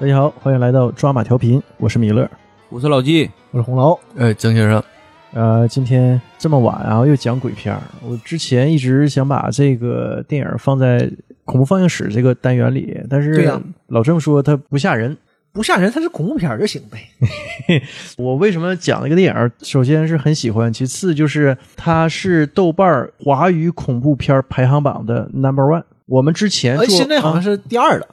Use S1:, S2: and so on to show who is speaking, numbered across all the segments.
S1: 大家好，欢迎来到抓马调频，我是米勒，
S2: 我是老纪，
S1: 我是红楼。
S3: 哎，曾先生，
S1: 呃，今天这么晚，然啊后又讲鬼片儿。我之前一直想把这个电影放在恐怖放映室这个单元里，但
S4: 对
S1: 是
S4: 呀
S1: 老郑说它不吓人。
S4: 不吓人，它是恐怖片儿就行呗。
S1: 我为什么讲这个电影儿？首先是很喜欢，其次就是它是豆瓣儿华语恐怖片儿排行榜的 number one。我们之前
S4: 哎，
S1: 做
S4: 现在好像
S1: 啊
S4: 是第二了，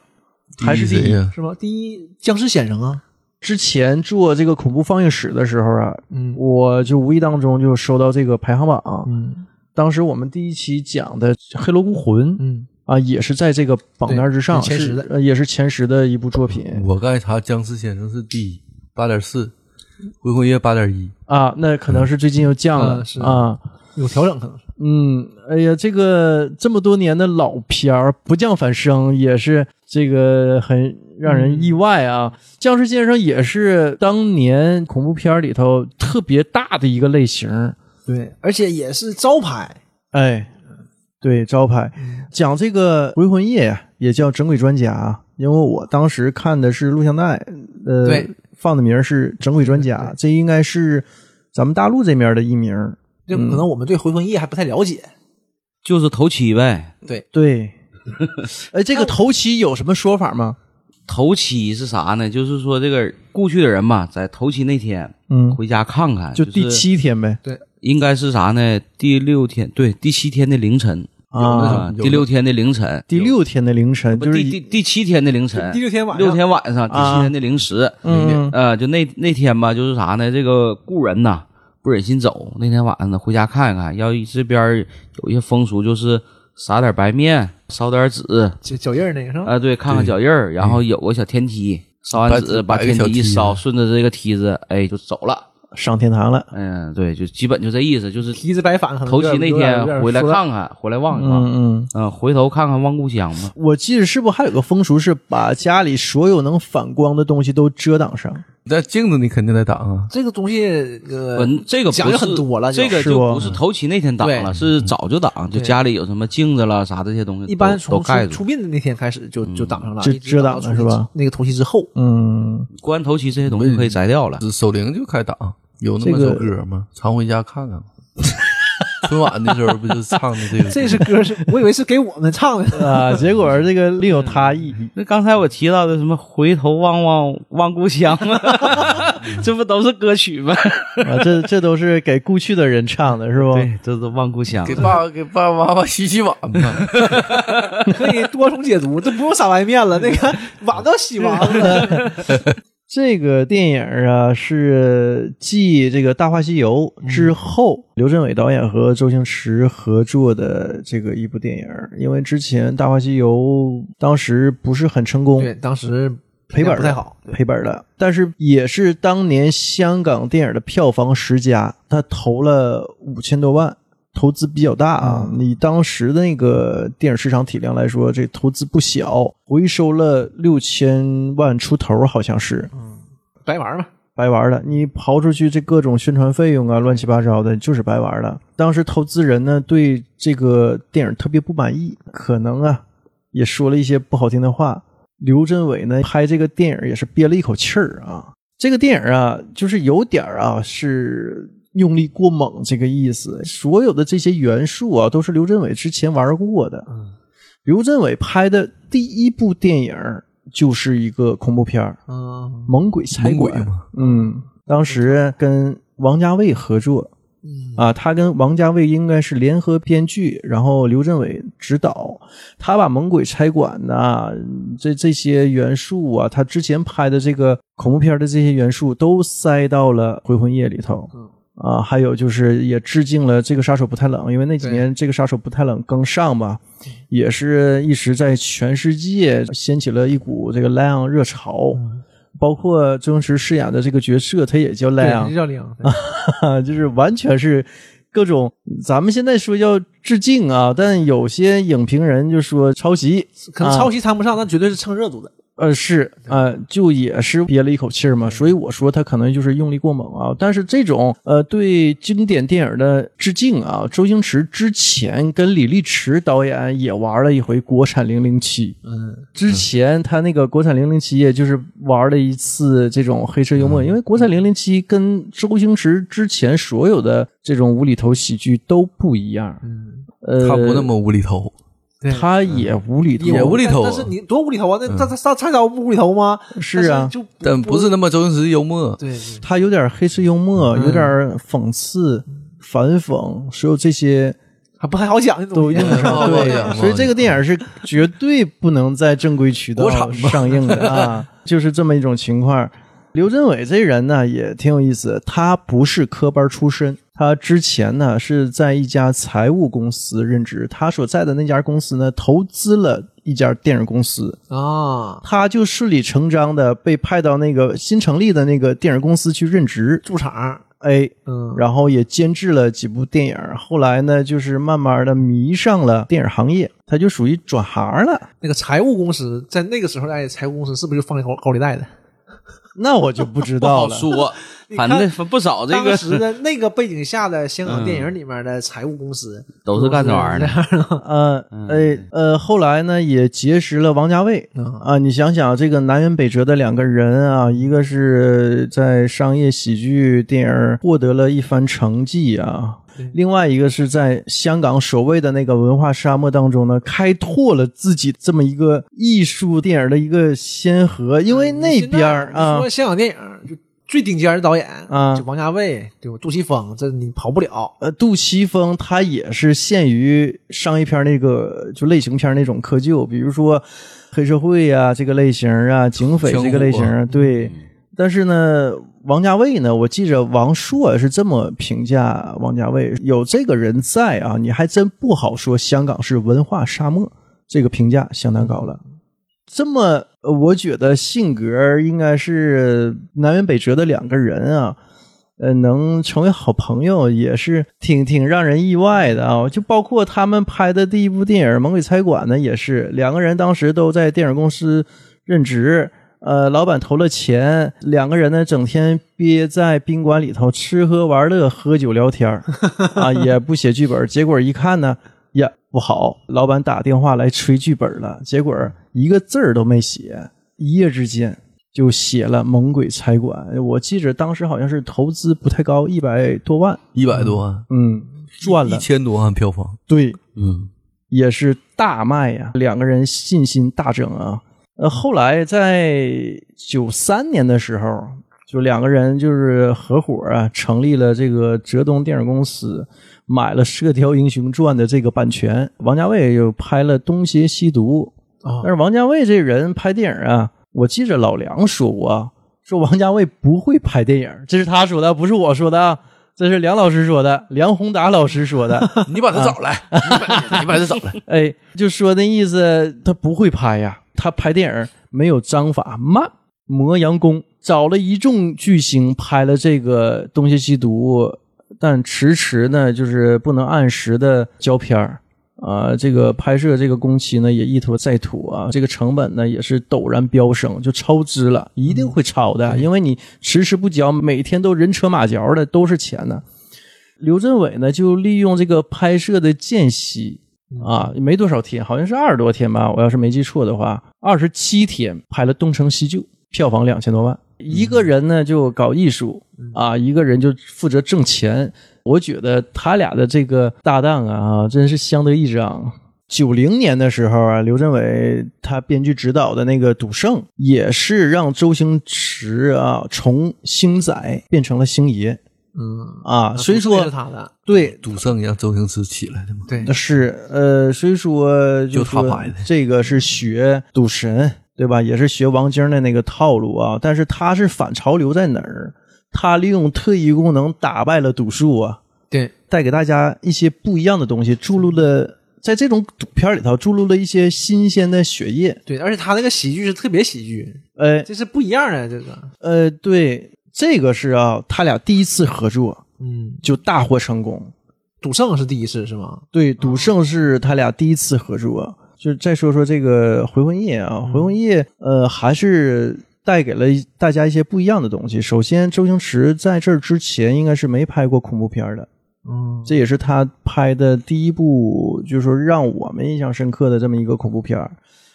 S1: 还是第
S3: 谁
S1: 一。
S3: 呀？
S4: 是吗？第一僵尸先生啊，
S1: 之前做这个恐怖放映室的时候啊，
S4: 嗯
S1: 我就无意当中就收到这个排行榜。
S4: 嗯
S1: 当时我们第一期讲的《黑罗孤魂》
S4: 嗯，
S1: 啊，也是在这个榜单之上，
S4: 对前十的嗯
S1: 是呃也是前十的一部作品
S3: 我刚才查，僵尸先生是第一，八点四，回魂夜八点一，
S1: 啊。那可能是最近又降了
S4: 嗯是
S1: 啊。
S4: 有调整可能是。
S1: 嗯，哎呀，这个这么多年的老片儿不降反升，也是这个很让人意外
S4: 嗯
S1: 啊。僵尸先生也是当年恐怖片儿里头特别大的一个类型，
S4: 对，而且也是招牌。
S1: 哎，对，招牌。讲这个《回魂夜》啊也叫《整鬼专家》啊，因为我当时看的是录像带，呃，
S4: 对
S1: 放的名儿是《整鬼专家》，这应该是咱们大陆这面的译名儿。
S4: 这可能我们对回魂夜还不太了解。
S2: 就是头七呗。
S1: 对，哎，这个头七有什么说法吗？
S2: 头七是啥呢？就是说这个故去的人吧，在头七那天
S1: 嗯，
S2: 回家看看，
S1: 就是第，七天呗。
S2: 应该是啥呢？第六天，对，第七天的凌晨
S1: 啊，
S3: 有的
S2: 第六天的凌晨，
S1: 第六天的凌晨
S2: 不
S1: 就是
S2: 第第第七天的凌晨，
S4: 六天晚
S2: 六天晚上，第
S1: 啊
S2: 七天的零时，
S1: 嗯
S2: 呃，就那那天吧，就是啥呢？这个故人呐，不忍心走，那天晚上呢，回家看一看。要这边儿有一些风俗，就是撒点白面，烧点纸，
S4: 脚脚印儿那个是吧？
S2: 啊，对，看看脚印儿，然后有个小天梯，烧完纸
S3: 把
S2: 把
S3: 把
S2: 天
S3: 一条
S2: 梯一
S3: 梯子
S2: 烧，顺着这个梯子，哎，就走了。
S1: 上天堂了。
S2: 嗯，对，就基本就这意思，就是
S4: 提子白反可能
S2: 头七
S4: 有
S2: 那
S4: 点有点
S2: 天
S4: 有点
S2: 回来
S4: 说
S2: 看看，回来望一望，
S1: 嗯嗯。
S2: 嗯，回头看看望故乡嘛。
S1: 我记得是不是还有个风俗是把家里所有能反光的东西都遮挡上？
S3: 那镜子你肯定得挡啊。
S4: 这个东西，呃，
S2: 嗯，这个不
S4: 讲究
S2: 是
S4: 很多了就
S2: 这个
S1: 是
S2: 就
S1: 不
S2: 不是头七那天挡了，
S4: 对
S2: 是早就挡，就
S4: 对
S2: 家里有什么镜子了啥这些东西都，
S4: 一般
S2: 都
S4: 从
S2: 盖
S4: 出
S2: 住
S4: 出。殡的那天开始就就挡上了，
S1: 就
S4: 一直
S1: 遮挡
S4: 到
S1: 了
S4: 出殡
S1: 是吧
S4: 那个头七之后，
S1: 嗯，
S2: 过完头七这些东西可以摘掉了。
S3: 手铃就开挡，有那
S1: 这
S3: 么
S1: 个
S3: 首歌吗？常回家看 看吧。春晚的时候不就唱的 这个？
S4: 这是歌是，我以为是给我们唱的。
S1: 啊，结果这个另有他意。
S2: 那刚才我提到的什么回头望望望故乡嘛，这不都是歌曲吗？
S1: 啊，这这都是给故去的人唱的，是不？
S2: 对，这是望故乡
S3: 给。爸给爸爸妈妈洗洗碗 吧。
S4: 可以多重解读，这不用撒白面了，那个碗都洗完了。
S1: 这个电影啊，是继这个《大话西游》之后，嗯刘镇伟导演和周星驰合作的这个一部电影。因为之前《大话西游》当时不是很成功，
S4: 对，当时
S1: 赔本儿
S4: 不太好，
S1: 赔本儿了，但是也是当年香港电影的票房十佳，他投了五千多万，投资比较大啊。以当时的那个电影市场体量来说，这投资不小，回收了六千万出头，好像是
S4: 白玩嘛。
S1: 白玩了。你刨出去这各种宣传费用啊，乱七八糟的，就是白玩了。当时投资人呢对这个电影特别不满意，可能啊也说了一些不好听的话。刘镇伟呢拍这个电影也是憋了一口气儿啊。这个电影啊，就是有点儿啊是用力过猛这个意思。所有的这些元素啊，都是刘镇伟之前玩过的。
S4: 嗯，
S1: 刘镇伟拍的第一部电影就是一个恐怖片儿。
S4: 嗯
S1: 猛鬼猜
S3: 猛
S1: 鬼
S3: 鬼嘛
S1: 嗯，当时跟王家卫合作
S4: 嗯
S1: 啊，他跟王家卫应该是联合编剧，然后刘镇伟执导，他把猛鬼差馆呐、嗯这这些元素啊，他之前拍的这个恐怖片的这些元素都塞到了《回魂夜》里头。
S4: 嗯
S1: 啊，还有就是也致敬了《这个杀手不太冷》，因为那几
S4: 对
S1: 年《这个杀手不太冷》刚上吧，也是一时在全世界掀起了一股这个莱昂热潮。包括周星驰饰演的这个角色，他也叫莱
S4: 对，
S1: 昂
S4: 这，叫 亮。
S1: 就是完全是各种咱们现在说叫致敬啊，但有些影评人就说抄袭，啊
S4: 可能抄袭参不上，但绝对是蹭热度的。
S1: 呃，是，呃，就也是憋了一口气儿嘛，所以我说他可能就是用力过猛啊。但是这种呃对经典电影的致敬啊，周星驰之前跟李立池导演也玩了一回国产零零七，
S4: 嗯，
S1: 之前他那个国产零零七，也就是玩了一次这种黑色幽默，因为国产零零七跟周星驰之前所有的这种无厘头喜剧都不一样，
S4: 嗯
S1: 呃，
S3: 他不那么无厘头，
S4: 对
S1: 他也无厘头，
S3: 也无厘头
S4: 但但是你多无厘头啊！那他他他他找不无厘头吗？
S1: 嗯是啊
S4: 但就
S3: 但不是那么周星驰幽默。
S2: 嗯
S4: 对对
S1: 他有点黑色幽默，
S4: 嗯
S1: 有点讽刺、反讽，所有这些
S4: 还不太好讲那种
S1: 都用
S3: 嗯
S1: 上。
S3: 好
S1: 对
S3: 讲，
S1: 所以这个电影是绝对不能在正规渠道
S3: 国产吧
S1: 上映的啊，就是这么一种情况。刘镇伟这人呢也挺有意思，他不是科班出身，他之前呢是在一家财务公司任职，他所在的那家公司呢投资了一家电影公司，
S4: 啊，
S1: 他就顺理成章的被派到那个新成立的那个电影公司去任职。
S4: 驻场，
S1: 哎，
S4: 嗯，
S1: 然后也监制了几部电影。后来呢，就是慢慢的迷上了电影行业，他就属于转行了。
S4: 那个财务公司在那个时候，哎，财务公司是不是就放高高利贷的？
S1: 那我就不知
S2: 不
S1: 道
S2: 好
S1: 了。
S2: 说， 反正不少这
S4: 当
S2: 个
S4: 时的那个背景下的香港电影里面的财务公司
S2: 都是干这玩意儿的。
S1: 呃，
S2: 嗯
S1: 哎，呃，后来呢，也结识了王家卫啊。你想想，这个南辕北辙的两个人啊，一个是在商业喜剧电影获得了一番成绩啊。另外一个是在香港所谓的那个文化沙漠当中呢，开拓了自己这么一个艺术电影的一个先河，因为那边儿啊
S4: 嗯你现在你，说香港电影就最顶尖的导演
S1: 啊
S4: 就王家卫，对吧？杜琪峰，这你跑不了。
S1: 呃，杜琪峰他也是限于商业片那个就类型片那种窠臼，比如说黑社会啊这个类型啊，警匪这个类型
S3: 江
S1: 啊，对。但是呢，王家卫呢，我记着王朔是这么评价王家卫：有这个人在啊，你还真不好说香港是文化沙漠。这个评价相当高了。这么，呃我觉得性格儿应该是南辕北辙的两个人啊，呃，能成为好朋友也是挺挺让人意外的啊。就包括他们拍的第一部电影《猛鬼菜馆》呢，也是两个人当时都在电影公司任职。呃，老板投了钱，两个人呢整天憋在宾馆里头吃喝玩乐、喝酒聊天儿啊，也不写剧本。结果一看呢，呀不好，老板打电话来催剧本了，结果一个字儿都没写，一夜之间就写了《猛鬼差馆》。我记着当时好像是投资不太高，一百多万，
S3: 一百多万，
S1: 嗯，赚
S3: 一
S1: 了，
S3: 千多万票房，
S1: 对，
S2: 嗯，
S1: 也是大卖呀、两个人信心大增啊。呃，后来在九三年的时候，就两个人就是合伙啊，成立了这个浙东电影公司，买了《射雕英雄传》的这个版权。王家卫又拍了《东邪西毒》
S4: 啊
S1: 但是王家卫这人拍电影啊，我记着老梁说过啊，说王家卫不会拍电影，这是他说的，不是我说的啊，这是梁老师说的，梁宏达老师说的。
S3: 你把他找来，你把你把他找来，
S1: 哎，就说那意思，他不会拍呀，他拍电影没有章法，慢。磨洋工找了一众巨星拍了这个《东邪西毒》，但迟迟呢就是不能按时的交片儿。啊、这个拍摄这个工期呢也一拖再拖啊，这个成本呢也是陡然飙升，就超支了，一定会超的，因为你迟迟不交，每天都人车马嚼的，都是钱呢。刘镇伟呢就利用这个拍摄的间隙啊，没多少天，好像是二十多天吧，我要是没记错的话，二十七天拍了《东成西就》，票房两千多万。一个人呢就搞艺术啊，一个人就负责挣钱。我觉得他俩的这个搭档啊，真是相得益彰。九零年的时候啊，刘镇伟他编剧执导的那个《赌圣》，也是让周星驰啊从星仔变成了星爷
S4: 嗯，
S1: 啊，所以
S4: 这是
S1: 说
S4: 他的
S1: 对
S3: 赌圣让周星驰起来的嘛。
S4: 对
S1: 是，呃，所以说
S3: 就
S1: 说
S3: 他拍的
S1: 这个是学赌神，对吧？也是学王晶的那个套路啊，但是他是反潮流在哪儿？他利用特异功能打败了赌术啊，
S4: 对，
S1: 带给大家一些不一样的东西，注入了在这种赌片里头注入了一些新鲜的血液。
S4: 对，而且他那个喜剧是特别喜剧，
S1: 呃
S4: 这是不一样的，这个，
S1: 呃，对，这个是啊，他俩第一次合作
S4: 嗯，
S1: 就大获成功。
S4: 赌圣是第一次是吗？
S1: 对，赌圣是他俩第一次合作。就是再说说这个《回魂夜》啊，回
S4: 嗯
S1: 魂夜》呃还是带给了大家一些不一样的东西。首先，周星驰在这儿之前应该是没拍过恐怖片儿的，
S4: 嗯，
S1: 这也是他拍的第一部，就是说让我们印象深刻的这么一个恐怖片儿。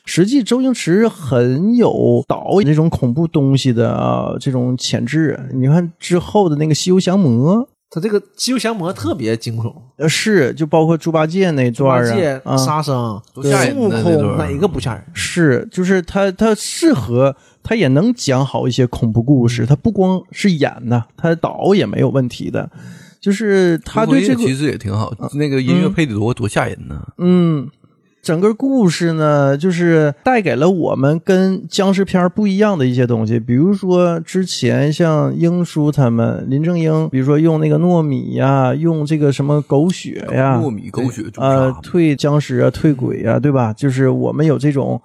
S1: 实际，周星驰很有导那种恐怖东西的啊，这种潜质。你看之后的那个《西游降魔》，
S4: 他这个肌肉降魔特别惊悚，
S1: 呃，是就包括猪八戒那段
S4: 八
S1: 儿
S4: 戒
S1: 啊，、啊
S4: 沙僧、
S3: 都吓
S4: 孙
S3: 人
S4: 悟
S3: 的那
S4: 空
S3: 段
S4: 哪一个不吓人？
S1: 是就是他他适合，他也能讲好一些恐怖故
S3: 嗯
S1: 事。他不光是演呐，他导也没有问题的。就是他对这个
S3: 其实也挺好，那个音乐配的多多吓人呢。
S1: 嗯，整个故事呢，就是带给了我们跟僵尸片儿不一样的一些东西，比如说之前像英叔他们、林正英，比如说用那个糯米呀、用这个什么狗血呀、
S3: 糯米狗血猪
S1: 呃
S3: 啥，
S1: 退僵尸啊、退鬼啊，对吧？就是我们有这种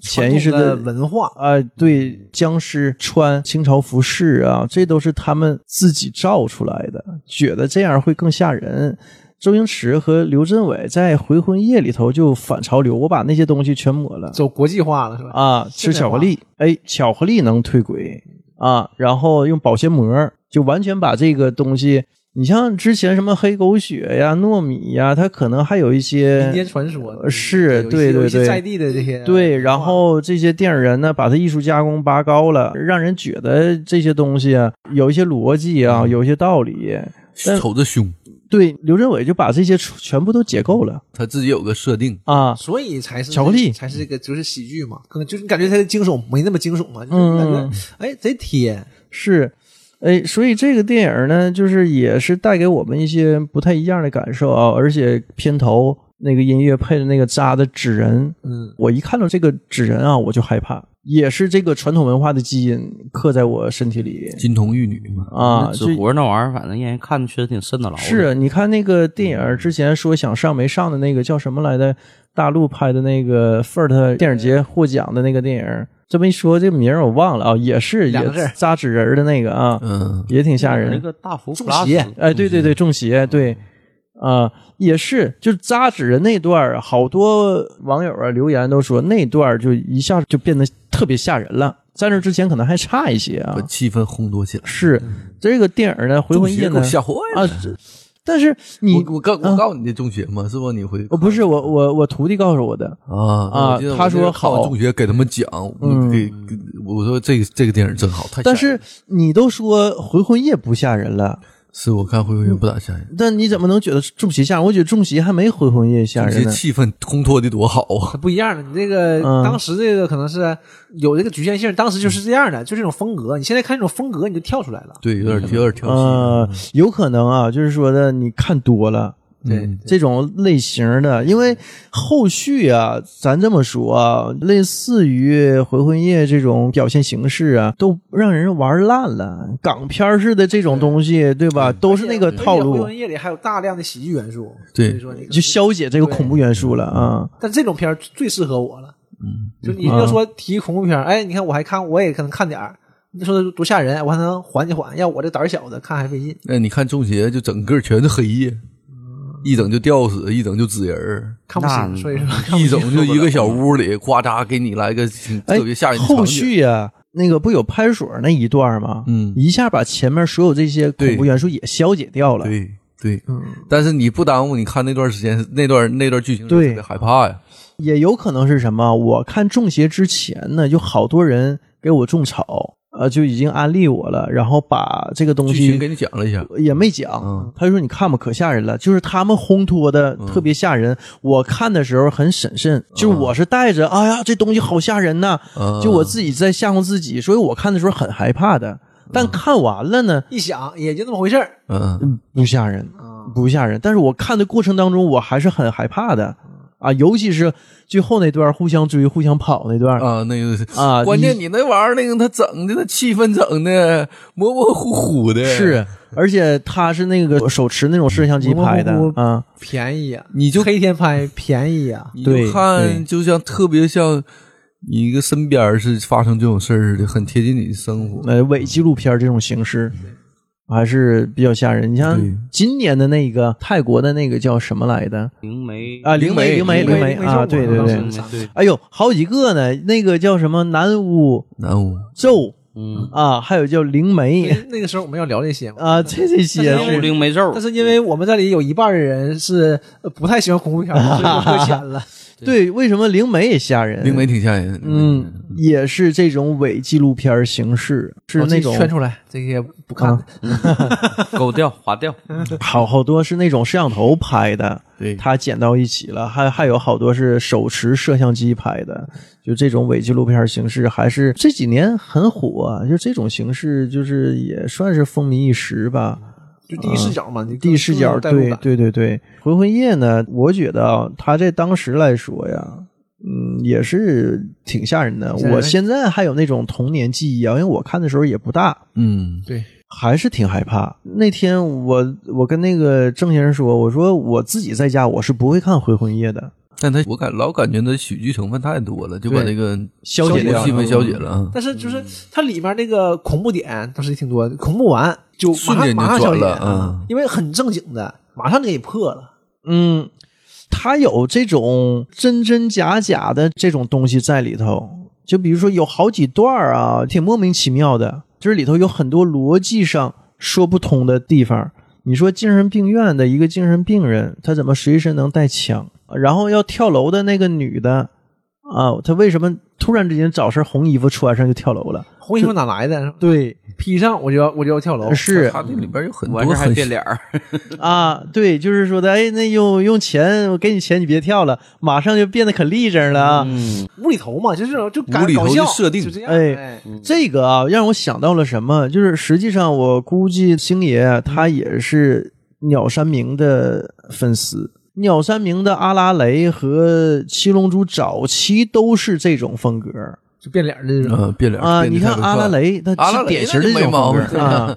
S1: 潜意识
S4: 传
S1: 的
S4: 统的文化，
S1: 啊、对僵尸穿清朝服饰啊，这都是他们自己造出来的，觉得这样会更吓人。周星驰和刘镇伟在《回魂夜》里头就反潮流，我把那些东西全抹了
S4: 走国际化了是吧？
S1: 啊，吃巧克力，哎，巧克力能退鬼啊，然后用保鲜膜，就完全把这个东西。你像之前什么黑狗血呀、糯米呀，它可能还有一些
S4: 民间传说
S1: 呃是
S4: 有一些
S1: 对
S4: 有一
S1: 对
S4: 些
S1: 对
S4: 在地的这些
S1: 对，
S4: 文化
S1: 然后这些电影人呢，把它艺术加工拔高了，让人觉得这些东西啊，有一些逻辑啊，有一些道理。
S3: 瞅着凶，
S1: 对，刘镇伟就把这些全全部都解构了
S3: 他自己有个设定，
S1: 啊。
S4: 所以才是
S1: 巧克力
S4: 才是这个就是喜剧嘛，更就是你感觉它的惊悚没那么惊悚嘛，就是
S1: 嗯
S4: 你感觉哎贼贴，
S1: 是，哎，所以这个电影呢，就是也是带给我们一些不太一样的感受啊，而且片头那个音乐配的那个扎的纸人，
S4: 嗯，
S1: 我一看到这个纸人啊，我就害怕，也是这个传统文化的基因刻在我身体里
S3: 金童玉女嘛。
S1: 啊，就
S2: 纸活那玩意儿，反正让人看着确实挺瘆得牢的。
S1: 是，你看那个电影儿之前说想上没上的那个叫什么来着？大陆拍的那个 FIRST 电影节获奖的那个电影儿，这么一说，这名儿我忘了啊，也是
S4: 两个字
S1: 也
S4: 儿
S1: 扎纸人儿的那个啊，
S3: 嗯，
S1: 也挺吓
S2: 那
S1: 人。
S2: 个大福
S4: 中
S2: 拉
S4: 邪
S1: 哎，对对对，中邪，对，啊、也是，就是扎纸人那段儿啊，好多网友啊留言都说那段儿就一下就变得特别吓人了，在那之前可能还差一些啊
S3: 把。气氛烘托起来。
S1: 是
S4: 嗯
S1: 这个电影儿呢，《回魂夜》
S3: 中邪给
S1: 呢
S3: 我吓坏
S1: 啊
S3: 了。，
S1: 这但是你
S3: 我我告我告诉你，这中邪嘛，是不？你会
S1: 哦，不是我我我徒弟告诉我的，
S3: 啊
S1: 啊他说
S3: 好，
S1: 好
S3: 中学给他们讲，
S1: 嗯
S3: 给给我说这个这个电影真好，太吓人
S1: 但是你都说《回魂夜》不吓人了，
S3: 是我看《回魂夜》不咋吓人，
S1: 但你怎么能觉得中邪吓人？我觉得中邪还没《回魂夜》吓
S3: 这
S1: 人
S3: 些
S1: 呢。
S3: 气氛烘托的多好啊！
S4: 它不一样的。你这个
S1: 嗯
S4: 当时这个可能是有这个局限性，当时就是这样的，就这种风格。你现在看这种风格，你就跳出来了。
S3: 对，有
S1: 嗯
S3: 点有点调戏。
S1: 呃，有可能啊，就是说的你看多了
S4: 对，
S1: 这种类型的，因为后续啊，咱这么说啊，类似于《回魂夜》这种表现形式啊，都让人玩烂了。港片儿似的这种东西，对吧？都是那个套
S4: 而且回
S1: 路
S4: 魂，夜里还有大量的喜剧元素，
S3: 对
S4: 所以说你可能
S1: 就消解这个恐怖元素了啊。
S4: 但这种片儿最适合我了。嗯，就你要说提恐怖片儿，哎，你看我还看，我也可能看点儿。你说多吓人，我还能缓一缓。要我这胆儿小的看还费劲。
S3: 哎那你看中邪，就整个全是黑夜，一整就吊死，一整就纸人儿，
S4: 看不
S2: 那
S4: 起，所以说看不起
S3: 一整就一个小屋里，呱嚓给你来个
S1: 哎，
S3: 特别吓人的
S1: 后
S3: 场景。
S1: 续啊，那个不有派出所那一段吗？
S3: 嗯
S1: 一下把前面所有这些恐怖
S3: 对
S1: 元素也消解掉了。嗯
S3: 对对，但是你不耽误你看那段时间，那段那段剧情是
S1: 对
S3: 特别害怕呀。
S1: 也有可能是什么？我看中邪之前呢，有好多人给我种草，呃，就已经安利我了，然后把这个东
S3: 剧情给
S1: 西。
S3: 你讲了一下，
S1: 也没讲，
S3: 嗯
S1: 他就说你看吧，可吓人了，就是他们烘托的特别吓人。我看的时候很审慎，就是我是带着，哎呀，这东西好吓人呐、
S3: 嗯
S1: 就我自己在吓唬自己，所以我看的时候很害怕的。但看完了呢，
S4: 一想也就那么回事儿。
S3: 嗯，
S1: 嗯，不吓人，不吓人。但是我看的过程当中，我还是很害怕的
S3: 嗯
S1: 啊，尤其是最后那段互相追、互相跑那段
S3: 啊，那个
S1: 啊
S3: 关键
S1: 你
S3: 你那玩意儿，那个他整的那气氛整的模模糊糊的，
S1: 是，而且他是那个手持那种摄像机拍的
S4: 模模糊糊
S1: 啊，
S4: 便宜呀、
S3: 你就
S4: 黑天 拍便宜呀、
S3: 你
S1: 对
S3: 就看
S1: 对
S3: 就像特别像你一个身边是发生这种事儿似的，很贴近你的生活。
S1: 呃，伪纪录片这种形式还是比较吓人。你像
S3: 对
S1: 今年的那个泰国的那个叫什么来的
S2: 灵媒
S1: 啊？灵媒，灵媒，
S4: 灵
S1: 灵
S4: 媒
S1: 媒啊！对
S4: 灵
S1: 对
S4: 媒
S1: 对
S4: 是，
S2: 嗯对，
S1: 哎呦，好几个呢。那个叫什么南巫
S3: 南巫
S1: 咒
S2: 嗯，
S1: 啊，还有叫灵媒
S4: 那个时候我们要聊这些嘛。
S1: 啊，这这些
S4: 但是
S2: 灵媒咒
S4: 但，是因为我们这里有一半的人是呃不太喜欢恐怖片儿，所以就搁浅了。
S1: 对，为什么灵媒也吓人？
S3: 灵媒挺吓人的，
S1: 嗯，也是这种伪纪录片形式，是
S4: 我自
S1: 那
S4: 己
S1: 种
S4: 圈出来，这些不看的。
S2: 勾掉划掉，
S1: 好好多是那种摄像头拍的，
S3: 对，
S1: 它剪到一起了，还还有好多是手持摄像机拍的，就这种伪纪录片形式还是这几年很火、啊，就这种形式就是也算是风靡一时吧。
S4: 就第一视角嘛，你
S1: 第一视角，
S4: 更有代入
S1: 对
S4: 感
S1: 对对对，《回魂夜》呢，我觉得啊，它在当时来说呀，嗯，也是挺吓人的。
S4: 吓人
S1: 我现在还有那种童年记忆啊，因为我看的时候也不大，
S3: 嗯，
S4: 对，
S1: 还是挺害怕。那天我我跟那个郑先生说，我说我自己在家我是不会看《回魂夜》的，
S3: 但他我感老感觉他喜剧成分太多了，就把
S1: 对
S3: 这个
S1: 消
S4: 解
S3: 恐怖
S1: 了
S3: 气
S4: 掉
S1: 嗯
S3: 氛消解了啊，
S4: 但是就是它里面那个恐怖点倒是挺多的，恐怖完就马
S3: 瞬间
S4: 上
S3: 就
S4: 马上消
S3: 转
S4: 解
S3: 了嗯
S4: 因为很正经的，马上就给破了。
S1: 嗯，它有这种真真假假的这种东西在里头。就比如说有好几段儿啊，挺莫名其妙的，就是里头有很多逻辑上说不通的地方。你说精神病院的一个精神病人，他怎么随身能带枪？然后要跳楼的那个女的，啊，她为什么突然之间找身红衣服穿上就跳楼了？
S4: 红衣服哪来的？
S1: 对，
S4: 披上我就要我就要跳楼。
S1: 是
S3: 他这里边有很
S2: 完
S3: 多
S2: 事儿还
S3: 很
S2: 变脸儿，
S1: 啊，对，就是说的，哎，那用用钱，我给你钱，你别跳了，马上就变得可立正了啊。
S2: 嗯，
S4: 无厘头嘛，就是这种就
S3: 无
S4: 搞
S3: 厘头
S4: 搞笑
S3: 就设定
S4: 就这样。
S1: 哎
S4: 哎，
S1: 这个啊，让我想到了什么？就是实际上，我估计星爷啊他也是鸟山明的粉丝。鸟山明的《阿拉蕾》和《七龙珠》早期都是这种风格
S4: 就变脸儿的这种，
S3: 嗯变脸
S1: 啊！
S3: 变
S1: 你
S3: 得
S1: 看
S3: 太
S1: 《
S3: 快
S1: 阿拉
S3: 了
S1: 蕾》，它
S3: 阿拉
S1: 是
S3: 蕾
S1: 典型的
S3: 那
S1: 这
S3: 没
S1: 种
S3: 毛
S1: 风
S3: 病
S1: 格 啊。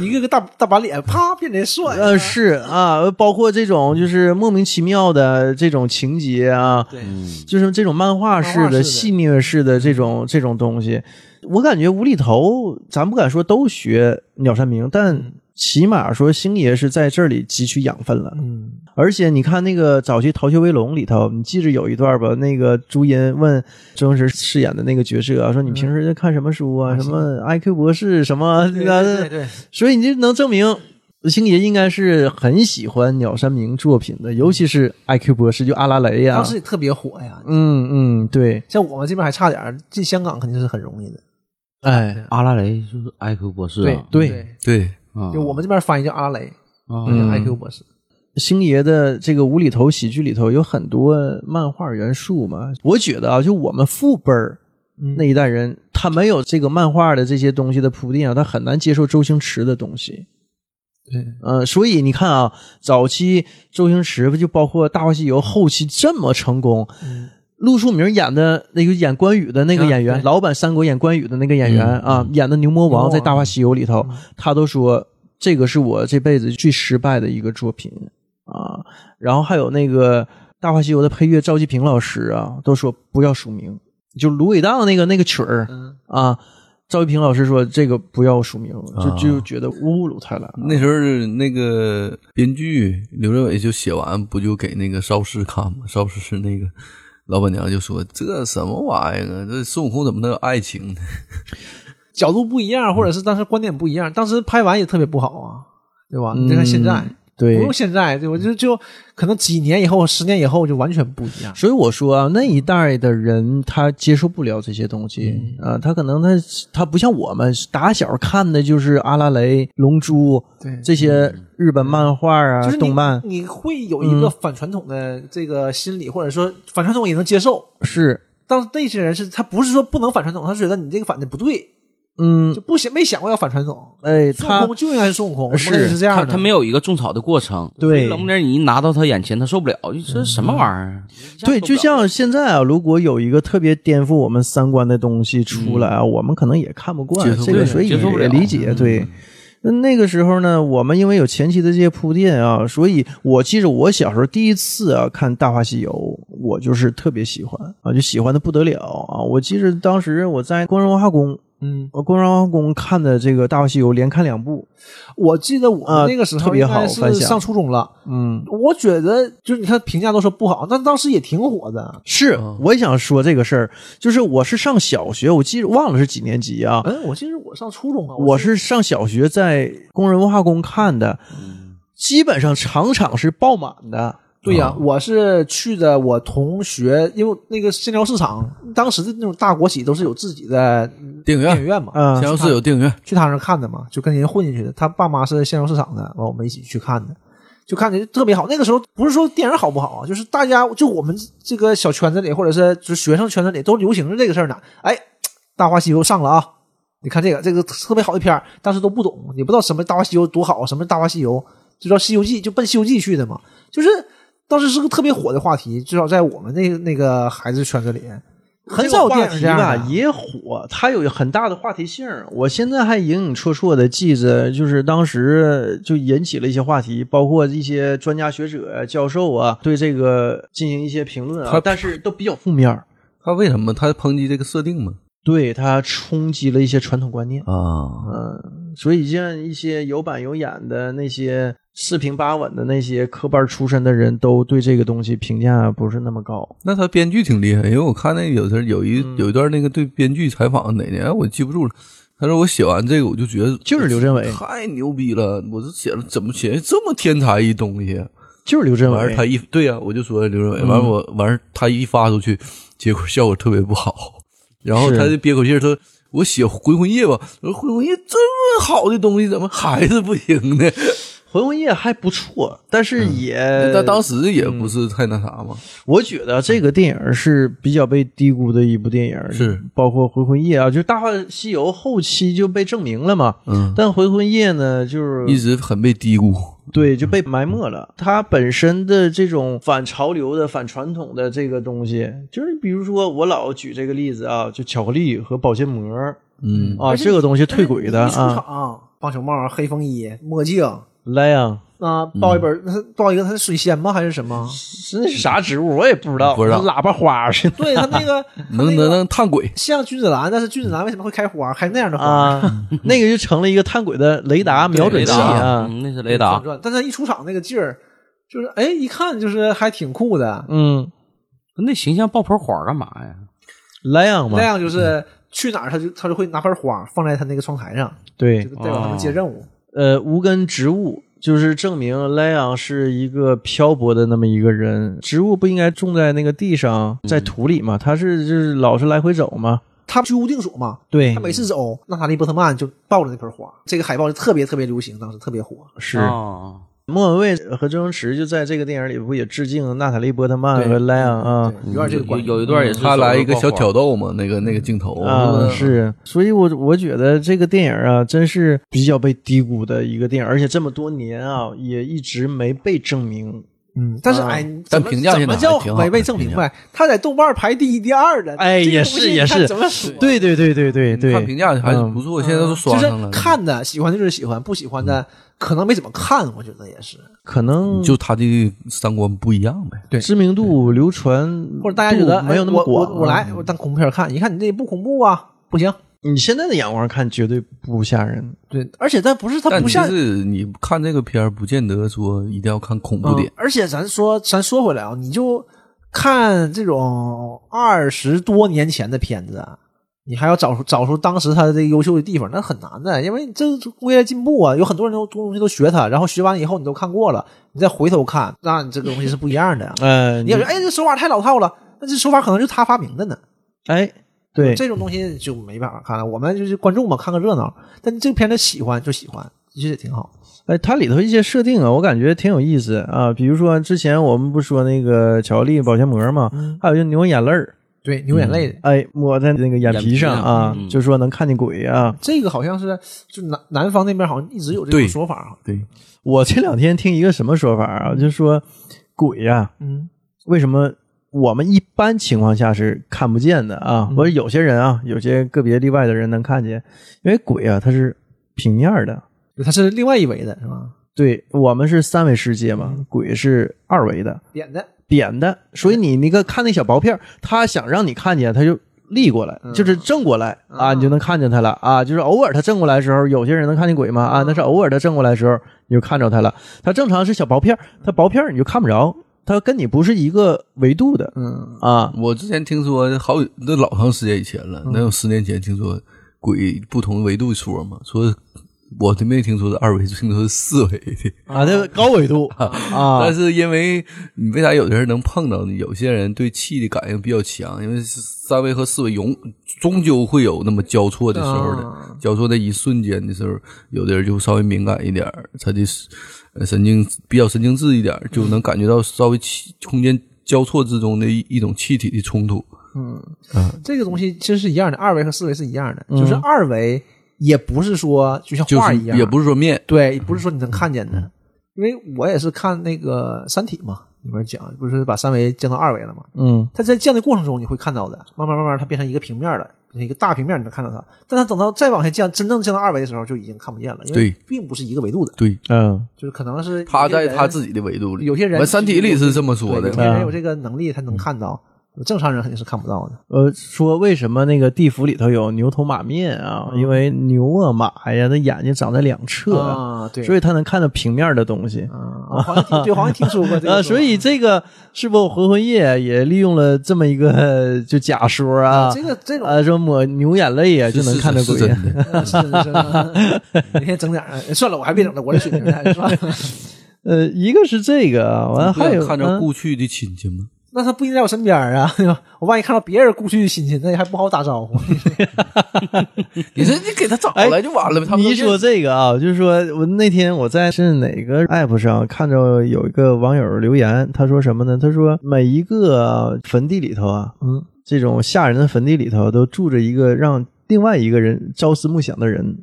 S4: 一个个大大把脸，啪变得帅。
S1: 呃，是啊，包括这种就是莫名其妙的这种情节啊，
S4: 对，
S1: 就是这种漫画式
S4: 漫画式
S1: 的、
S4: 的嗯
S1: 戏谑式的这种这种东西，我感觉无厘头，咱不敢说都学鸟山明，但起码说星爷是在这里汲取养分了。
S4: 嗯，
S1: 而且你看那个早期《逃学威龙》里头，你记着有一段吧？那个朱茵问周星驰饰演的那个角色啊，说你平时在看什么书啊？什么 IQ 博士什么？
S4: 嗯对对对对，
S1: 所以你就能证明。星爷应该是很喜欢鸟山明作品的，尤其是 IQ 博士，就阿拉蕾呀、
S4: 当时也特别火呀。
S1: 嗯嗯，对，
S4: 像我们这边还差点儿，进香港肯定是很容易的。
S1: 哎，
S2: 阿拉蕾就是艾克博士啊，
S1: 对
S4: 对，
S3: 对，
S2: 啊
S4: 就我们这边翻译叫阿雷，
S2: 啊
S1: 嗯
S4: IQ 博士。
S1: 星爷的这个无厘头喜剧里头有很多漫画元素嘛，我觉得啊，就我们父辈儿
S4: 嗯
S1: 那一代人，他没有这个漫画的这些东西的铺垫啊，他很难接受周星驰的东西。
S4: 对，
S1: 嗯，所以你看啊，早期周星驰不就包括《大话西游》，后期这么成功，
S4: 嗯
S1: 陆树铭演的那个演关羽的那个演员，
S4: 啊对嗯
S1: 老版三国演关羽的那个演员、啊，演的牛魔
S4: 牛魔
S1: 王
S4: 王嗯
S1: 在《大话西游》里头，他都说这个是我这辈子最失败的一个作品啊。然后还有那个《大话西游》的配乐赵继平老师啊，都说不要署名，就芦苇荡那个那个曲儿
S4: 嗯，
S1: 啊。赵继平老师说：“这个不要署名，就
S3: 啊
S1: 就觉得侮辱他了。
S3: 那时候那个编剧刘镇伟就写完，不就给那个邵氏看吗？邵氏是那个老板娘就说：“这什么玩意儿啊？这孙悟空怎么能有爱情呢
S4: 角度不一样，或者是当时观点不一样，当时拍完也特别不好啊，对吧？你再看现在，
S1: 嗯对
S4: 不用现在，对吧？就就可能几年以后、十年以后就完全不一样。
S1: 所以我说啊，那一代的人他接受不了这些东西
S4: 嗯
S1: 啊、他可能他他不像我们打小看的就是阿拉蕾、龙珠
S4: 对
S1: 这些日本漫画啊、
S4: 嗯就是你
S1: 动漫，嗯
S4: 你会有一个反传统的这个心理，或者说反传统也能接受。
S1: 是
S4: 但是那些人是他不是说不能反传统，他是觉得你这个反的不对，
S1: 嗯
S4: 就，不想没想过要反传统。
S1: 哎，
S4: 孙悟
S1: 他
S4: 空就应该是孙悟空，
S1: 是
S4: 我们也是这样
S2: 他
S4: 的。
S2: 他没有一个种草的过程，
S1: 对
S2: 冷不丁你一拿到他眼前，他受不了，你这什么玩意儿？
S1: 对，就像现在啊，如果有一个特别颠覆我们三观的东西出来啊，我们可能也看不
S3: 接
S1: 惯，
S3: 受不
S1: 这个
S3: 了
S1: 所以
S2: 接受不
S1: 也
S2: 了
S1: 理解。对，那那个时候呢，我们因为有前期的这些铺垫啊，所以我记着我小时候第一次啊看《大话西游》，我就是特别喜欢啊，就喜欢的不得了啊！我记着当时我在光荣文化宫。
S4: 嗯，
S1: 我工商王宫看的这个《大话西游》，连看两部，
S4: 我记得我
S1: 啊
S4: 那个时
S1: 特
S4: 候
S1: 别
S4: 应
S1: 好
S4: 该
S1: 反
S4: 是
S1: 响
S4: 上初中了，
S1: 嗯，
S4: 我觉得就是你看评价都说不好，但当时也挺火的。
S1: 是
S3: 嗯，
S1: 我也想说这个事儿，就是我是上小学，我记得忘了是几年级啊，
S4: 嗯，我记得我上初中啊，
S1: 我是
S4: 是
S1: 上小学在工人文化宫看的，嗯基本上场场是爆满的。
S4: 对呀、我是去的我同学，因为那个线条市场当时的那种大国企都是有自己的
S3: 电影
S4: 电
S3: 院，
S4: 影院嘛，
S1: 嗯
S3: 前，要是有电影院，
S4: 去他那儿看的嘛，就跟人混进去的。他爸妈是线上市场的，完我们一起去看的，就看着特别好。那个时候不是说电影好不好啊，就是大家就我们这个小圈子里，或者是就是学生圈子里都流行着这个事儿呢。哎，《大话西游》上了啊，你看这个这个特别好的片儿，当时都不懂，也不知道什么《大话西游》多好，什么《大话西游》，就知道《西游记》，就奔《西游记》去的嘛。就是当时是个特别火的话题，至少在我们那那个孩子圈子里。很少有
S1: 这个
S4: 电
S1: 话
S4: 影
S1: 题
S4: 这样
S1: 吧
S4: 的，啊
S1: 也火，它有很大的话题性儿。我现在还隐隐绰绰的记着，就是当时就引起了一些话题，包括一些专家学者、教授啊，对这个进行一些评论啊
S3: 他，
S1: 但是都比较负面儿。
S3: 他为什么他抨击这个设定嘛？
S1: 对它冲击了一些传统观念，
S3: 啊，
S1: 嗯，所以像一些有板有眼的那些四平八稳的那些科班出身的人都对这个东西评价不是那么高。
S3: 那他编剧挺厉害，因为我看那有时候有一、
S1: 嗯
S3: 有一段那个对编剧采访哪年我记不住了，他说我写完这个我就觉得
S1: 就是刘镇伟
S3: 太牛逼了，我这写了怎么写这么天才一东西？啊
S1: 就是刘镇
S3: 完事
S1: 伟嗯
S3: 儿，他一对呀、我就说刘镇伟，完事儿我完事儿他一发出去，结果效果特别不好，然后
S1: 是
S3: 他就憋口气儿，他说我写《回魂夜》吧，我说《回魂夜》这么好的东西，怎么还是不行呢？
S1: 回魂夜还不错，但是也、
S3: 但当时也
S1: 嗯
S3: 不是太那啥嘛，
S1: 我觉得这个电影是比较被低估的一部电影，
S3: 是
S1: 包括《回魂夜》啊，就《大话西游》后期就被证明了嘛。
S3: 嗯，
S1: 但《回魂夜》呢，就是
S3: 一直很被低估。
S1: 对就被埋没了。它本身的这种反潮流的、反传统的这个东西，就是比如说我老举这个例子啊，就巧克力和保鲜膜
S3: 嗯，
S1: 啊，
S4: 而且
S1: 这个东西退轨的
S4: 哎一出
S1: 啊，
S4: 场，棒球帽、黑风衣、墨镜，
S1: 莱昂
S4: 啊，
S1: 嗯
S4: 抱一本，那是抱一个，它是水仙吗？还是什 么？
S1: 是那是啥植物我也不知道，
S3: 不知道
S1: 喇叭花是 吧
S4: 对它那个
S3: 能能能探鬼，
S4: 像君子兰，但是君子兰为什么会开花，开那样的花？
S1: 啊，那个就成了一个探轨的雷达瞄准
S2: 雷
S1: 器
S2: 达，
S1: 啊，
S2: 嗯那是雷达
S4: 反，转，但它一出场那个劲儿，就是哎，一看就是还挺酷的。
S1: 嗯。
S2: 那形象爆盆花干嘛呀？
S1: 莱昂嘛
S4: 那，样就是去哪儿，他就他就会拿盆花放在他那个窗台上，就
S1: 对，
S4: 代表他们接任务。
S1: 呃，无根植物就是证明莱昂是一个漂泊的那么一个人。植物不应该种在那个地上，在
S4: 嗯
S1: 土里嘛，它是就是老是来回走嘛。
S4: 他居无定所嘛，
S1: 对
S4: 他，每次走，娜塔莉波特曼就抱着那盆花，这个海报就特别特别流行，当时特别火。
S1: 是
S4: 哦
S2: 啊
S1: 莫文蔚和周星驰就在这个电影里不也致敬娜塔莉波特曼
S4: 对
S1: 和莱昂啊？
S4: 对，有点这个
S2: 有
S4: 关系。嗯
S2: 有一段也是
S3: 他来一个小
S2: 走着
S3: 挑逗嘛，那个那个镜头
S1: 啊，
S3: 是吧
S1: 是，所以我我觉得这个电影啊，真是比较被低估的一个电影，而且这么多年啊，也一直没被证明。
S4: 嗯，但是
S1: 啊
S4: 哎，
S3: 但
S4: 怎么
S3: 评价
S4: 怎
S3: 现
S4: 么
S3: 在
S4: 叫
S3: 还挺好
S4: 违背
S3: 的
S4: 正
S3: 评
S4: 评呗？他在豆瓣排第一、第二的，
S1: 哎
S4: 这个
S1: 也
S4: 东
S1: 是
S4: 西你
S1: 也
S4: 看
S1: 是
S4: 怎么说？
S1: 对对对对
S4: 嗯
S1: 对对，
S3: 他评价还是不错，现在都刷
S4: 就
S3: 上了
S4: 是。看的喜欢的就是喜欢，不喜欢的可能没怎么看，我觉得也是，
S1: 可
S4: 嗯
S1: 能
S3: 就他的三观不一样呗，
S4: 对
S1: 知名度、流传
S4: 或者大家觉得
S1: 度没有那么
S4: 哎
S1: 广、
S4: 我
S1: 啊
S4: 我我来，我当恐怖片看，一看你这不恐怖啊，不行。
S1: 你现在的眼光看，绝对不吓人。。
S4: 对，而且它不是它
S3: 但
S4: 不
S3: 其
S4: 像
S3: 实你看这个片儿，不见得说一定要看恐怖
S4: 嗯
S3: 点，
S4: 而且咱说咱说回来啊，你就看这种二十多年前的片子啊，你还要找出找出当时它的这个优秀的地方，那很难的，因为这是工业进步啊，有很多人都东西都学它，然后学完以后你都看过了，你再回头看，那你这个东西是不一样的呀
S1: 呃，
S4: 你要说哎，这手法太老套了，那这手法可能是他发明的呢。
S1: 哎，对，
S4: 这种东西就没办法看了，我们就是观众嘛，看个热闹。但这个片子喜欢就喜欢，其实也挺好。
S1: 哎，它里头一些设定啊，我感觉挺有意思啊。比如说之前我们不说那个巧克力保鲜膜嘛，
S4: 嗯
S1: 还有就牛眼泪儿，
S4: 对，流眼泪的。
S1: 哎，抹在那个眼
S2: 眼
S1: 皮
S2: 皮
S1: 上
S2: 上
S1: 啊，
S2: 嗯
S1: 就说能看见鬼啊。
S4: 这个好像是就南南方那边好像一直有这
S3: 对
S4: 种说法啊。
S3: 对，
S1: 我这两天听一个什么说法啊，就说鬼啊呀、
S4: 嗯，
S1: 为什么我们一般情况下是看不见的啊？
S4: 嗯
S1: 或者有些人啊，有些个别例外的人能看见，因为鬼啊它是平面儿的，
S4: 它是另外一维的是吧？
S1: 对我们是三维世界
S4: 嗯
S1: 嘛，鬼是二维的、
S4: 扁的，
S1: 扁的，所以你那个看那小薄片儿，他想让你看见，他就立过来，就是正过来啊，
S4: 嗯
S1: 你就能看见他了啊。就是偶尔他正过来的时候，有些人能看见鬼嘛
S4: 嗯
S1: 啊，那是偶尔他正过来的时候你就看着他了。他正常是小薄片儿，他薄片儿你就看不着，他跟你不是一个维度的
S4: 嗯，嗯
S1: 啊。
S3: 我之前听说好几，那老长时间以前了，能有十年前听说鬼不同维度说嘛，说我都没听说是二维，听说是四维的。
S1: 啊，那高维度啊
S3: 但，是因为你为啥有的人能碰到呢？有些人对气的感应比较强，因为三维和四维永终究会有那么交错的时候的。
S4: 啊
S3: 交错的一瞬间的时候，有的人就稍微敏感一点儿，他的呃神经比较神经质一点儿，就能感觉到稍微气空间交错之中的一一种气体的冲突。
S4: 这个东西其实是一样的，二维和四维是一样的，就是二维也不是说就像
S3: 嗯就
S4: 画
S3: 是
S4: 一样，
S3: 也不是说嗯面，
S4: 对，不是说你能看见的，因为我也是看那个《三体》嘛，里面讲不是把三维降到二维了嘛，
S1: 嗯
S4: 它在降的过程中你会看到的，慢慢慢慢它变成一个平面了，变成一个大平面你能看到它，但它等到再往下降，真正降到二维的时候就已经看不见了，因为
S3: 对
S4: 并不是一个维度的，
S3: 对，
S1: 嗯
S4: 就是可能是
S3: 他在他
S4: 己
S3: 自己的维度里。
S4: 有些人
S3: 我们《三体》里是这么说
S4: 有些
S3: 的，
S1: 嗯
S4: 人有这个能力他能看到，正常人肯定是看不到的，
S1: 呃，说为什么那个地府里头有牛头马面啊？
S3: 嗯
S1: 因为牛啊马呀，那眼睛长在两侧，
S4: 啊，对，
S1: 所以他能看到平面的东西。
S4: 啊，我好像听对，好像听说过这个
S1: 呃，
S4: 说
S1: 所
S4: 法，
S1: 以这个是不是魂魂夜也利用了这么一个呃就假说啊？
S4: 这个这种呃
S1: 啊，说抹牛眼泪呀、就能看到
S3: 是
S1: 鬼
S3: 是真的。
S4: 是是是，明天整点儿，呃算了，我还别整了，我这水平是吧？
S1: 呃，一个是这个啊，完了
S3: 你不 想
S1: 还有
S3: 看着
S1: 嗯
S3: 故去的亲戚吗？
S4: 那他不一定在我身边儿啊，对吧？我万一看到别人故去的亲戚，那也还不好打招呼。
S3: 你说你给他找来就完了呗。他们
S1: 你一说这个啊，就是说我那天我在是哪个 app 上看着有一个网友留言，他说什么呢？他说每一个坟地里头啊，
S4: 嗯，
S1: 这种吓人的坟地里头都住着一个让另外一个人朝思暮想的人，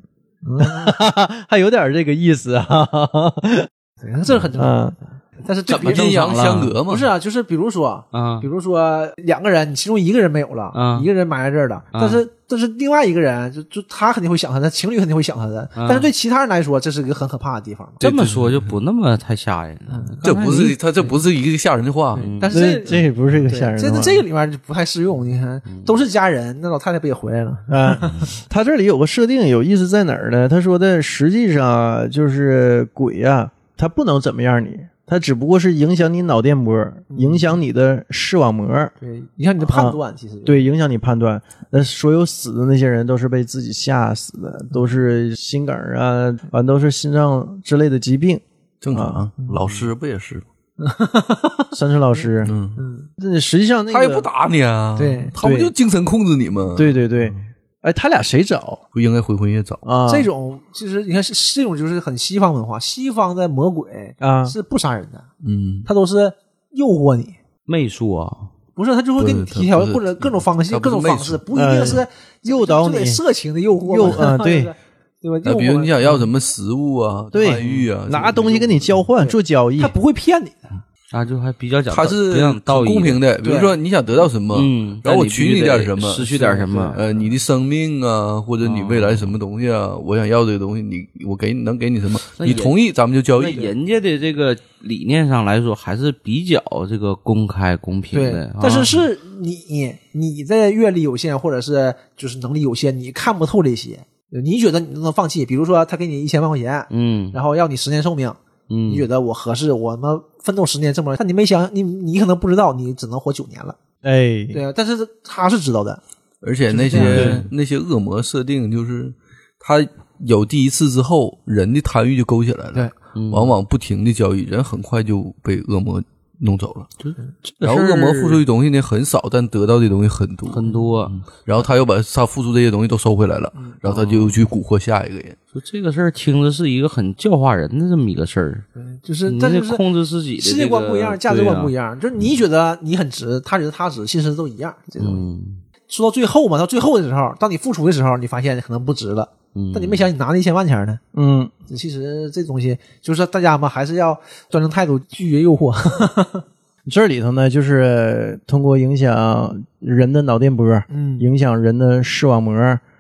S1: 嗯 还有点这个意思啊，
S4: 对这很正常，
S1: 啊，
S4: 但是对别
S3: 阴
S4: 人
S3: 阳相隔嘛？
S4: 不是啊，就是比如说，
S2: 啊
S4: 比如说两个人，你其中一个人没有了，
S2: 嗯
S1: 啊
S4: 一个人埋在这儿了，但是但是另外一个人，就就他肯定会想他的，情侣肯定会想他的，
S1: 啊
S4: 但是对其他人来说，这是一个很可怕的地方。
S2: 这么说就不那么太吓人了。
S4: 嗯
S3: 这不是他这不是一个吓人的话。
S4: 但是
S1: 这
S4: 这
S1: 这也不是一个
S4: 对
S1: 吓人的
S4: 这
S1: 话
S4: 这个里面就不太适用。你看，
S1: 嗯
S4: 都是家人，那老太太不也回来了？
S1: 啊， 他这里有个设定有意思在哪儿呢？他说的实际上啊就是鬼啊，他不能怎么样你，他只不过是影响你脑电波，
S4: 嗯
S1: 影响你的视网膜，
S4: 对，影响你的判断，其实就
S1: 对，影响你判断。那所有死的那些人都是被自己吓死的，都是心梗啊，完都是心脏之类的疾 病。
S3: 正常，老师不也是吗？
S1: 山村老师，
S3: 嗯，
S1: 那实际上那个
S3: 他也不打你啊。
S4: 对
S3: 他不
S1: 对
S3: 就精神控制你吗？，
S1: 对对对，
S3: 嗯
S1: 哎，他俩谁找
S3: 不应该回魂夜找。
S1: 啊？
S4: 这种其实你看是，是这种就是很西方文化，西方的魔鬼
S1: 啊
S4: 是不杀人的，
S3: 嗯，
S4: 他都是诱惑你，
S2: 媚术啊，
S4: 不是他就会给你
S3: 不是
S4: 提条
S3: 他不是
S4: 或者各种方
S3: 他
S4: 式、
S3: 不
S4: 各
S3: 是嗯
S4: 种方式，
S3: 媚
S4: 不一定是
S1: 诱导
S4: 就
S1: 你
S4: 得色情的诱惑嘛，
S1: 诱啊对
S4: 对吧？
S3: 那
S4: 诱
S3: 比如你
S4: 惑
S3: 想要什么食物啊、
S1: 对
S3: 外遇啊，
S1: 拿东西跟你交换做交易
S4: 他，不会骗你的，
S2: 那就还比较讲道，
S3: 他是
S2: 比较
S3: 很
S2: 讲道义的
S3: 公平的。比如说你想得到什么，
S2: 嗯
S3: 然后我
S2: 但你必须
S3: 取你点
S2: 得
S3: 什么，
S2: 失去点什么哦
S3: 呃，你的生命啊，或者你未来什么东西啊，我想要这个东西，你我给你能给你什么，
S2: 那
S3: 你
S2: 也
S3: 同意咱们就交
S2: 那
S3: 易。
S2: 人家的这个理念上来说，还是比较这个公开公平的。啊
S4: 但是是你你的阅历有限，或者是就是能力有限，你看不透这些，你觉得你都能放弃，比如说他给你一千万块钱，
S2: 嗯
S4: 然后要你十年寿命，
S2: 嗯，
S4: 你觉得我合适？我他妈奋斗十年这么，但你没想，你你可能不知道，你只能活九年了，
S1: 哎，
S4: 对啊。但是他是知道的，
S3: 而且那些那些恶魔设定就是，他有第一次之后，人的贪欲就勾起来了，
S4: 对
S2: 嗯
S3: 往往不停的交易，人很快就被恶魔弄走了。
S2: 这
S3: 然后
S2: 事儿
S3: 恶魔付出的东西呢很少，但得到的东西很多。
S2: 很多，
S4: 嗯
S3: 然后他又把他付出这些东西都收回来了，
S2: 嗯
S3: 然后他就去蛊惑下一个人。
S2: 说这个事儿听着是一个很教化人的这么一个事儿，
S4: 就是
S2: 你
S4: 但
S2: 得
S4: 就是
S2: 控制自己的
S4: 世
S2: 这
S4: 界
S2: 个啊
S4: 观不一样，价值观不一
S2: 样。
S4: 样，就是你觉得你很值，他觉得他值，其实都一样。这种
S2: 嗯
S4: 说到最后嘛，到最后的时候，当你付出的时候，你发现可能不值了，
S2: 嗯，
S4: 但你没想你拿那一千万钱呢。
S1: 嗯，
S4: 这其实这东西就是说大家嘛，还是要端正态度，拒绝诱惑。
S1: 这里头呢，就是通过影响人的脑电波，
S4: 嗯，
S1: 影响人的视网膜，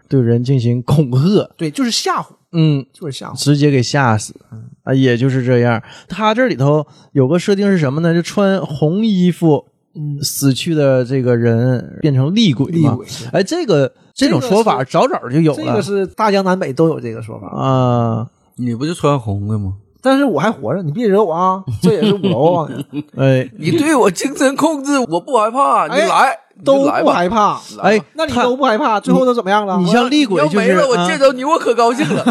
S1: 对人进行恐吓，
S4: 对，就是吓唬，
S1: 嗯，
S4: 就是吓唬。
S1: 直接给吓死
S4: 嗯
S1: 啊，也就是这样。他这里头有个设定是什么呢？就穿红衣服
S4: 嗯，
S1: 死去的这个人变成厉鬼
S4: 厉
S1: 嘛。
S4: 鬼，
S1: 哎，这个这种说法早早就有
S4: 这
S1: 了
S4: 个是大江南北都有这个说法。
S1: 啊。
S3: 你不就穿红的吗？
S4: 但是我还活着，你别惹我啊！这也是五楼啊，
S1: 哎
S3: 你对我精神控制，我不害怕，你
S4: 哎
S3: 来，你就
S4: 都
S3: 来
S4: 不
S3: 吧。
S4: 害怕。
S1: 哎，
S4: 啊那你
S1: 他
S4: 都不害怕，最后都怎么样了？
S1: 你像厉鬼
S3: 要
S1: 就
S3: 没
S1: 是
S3: 了，
S1: 啊
S3: 我见着你我可高兴 了。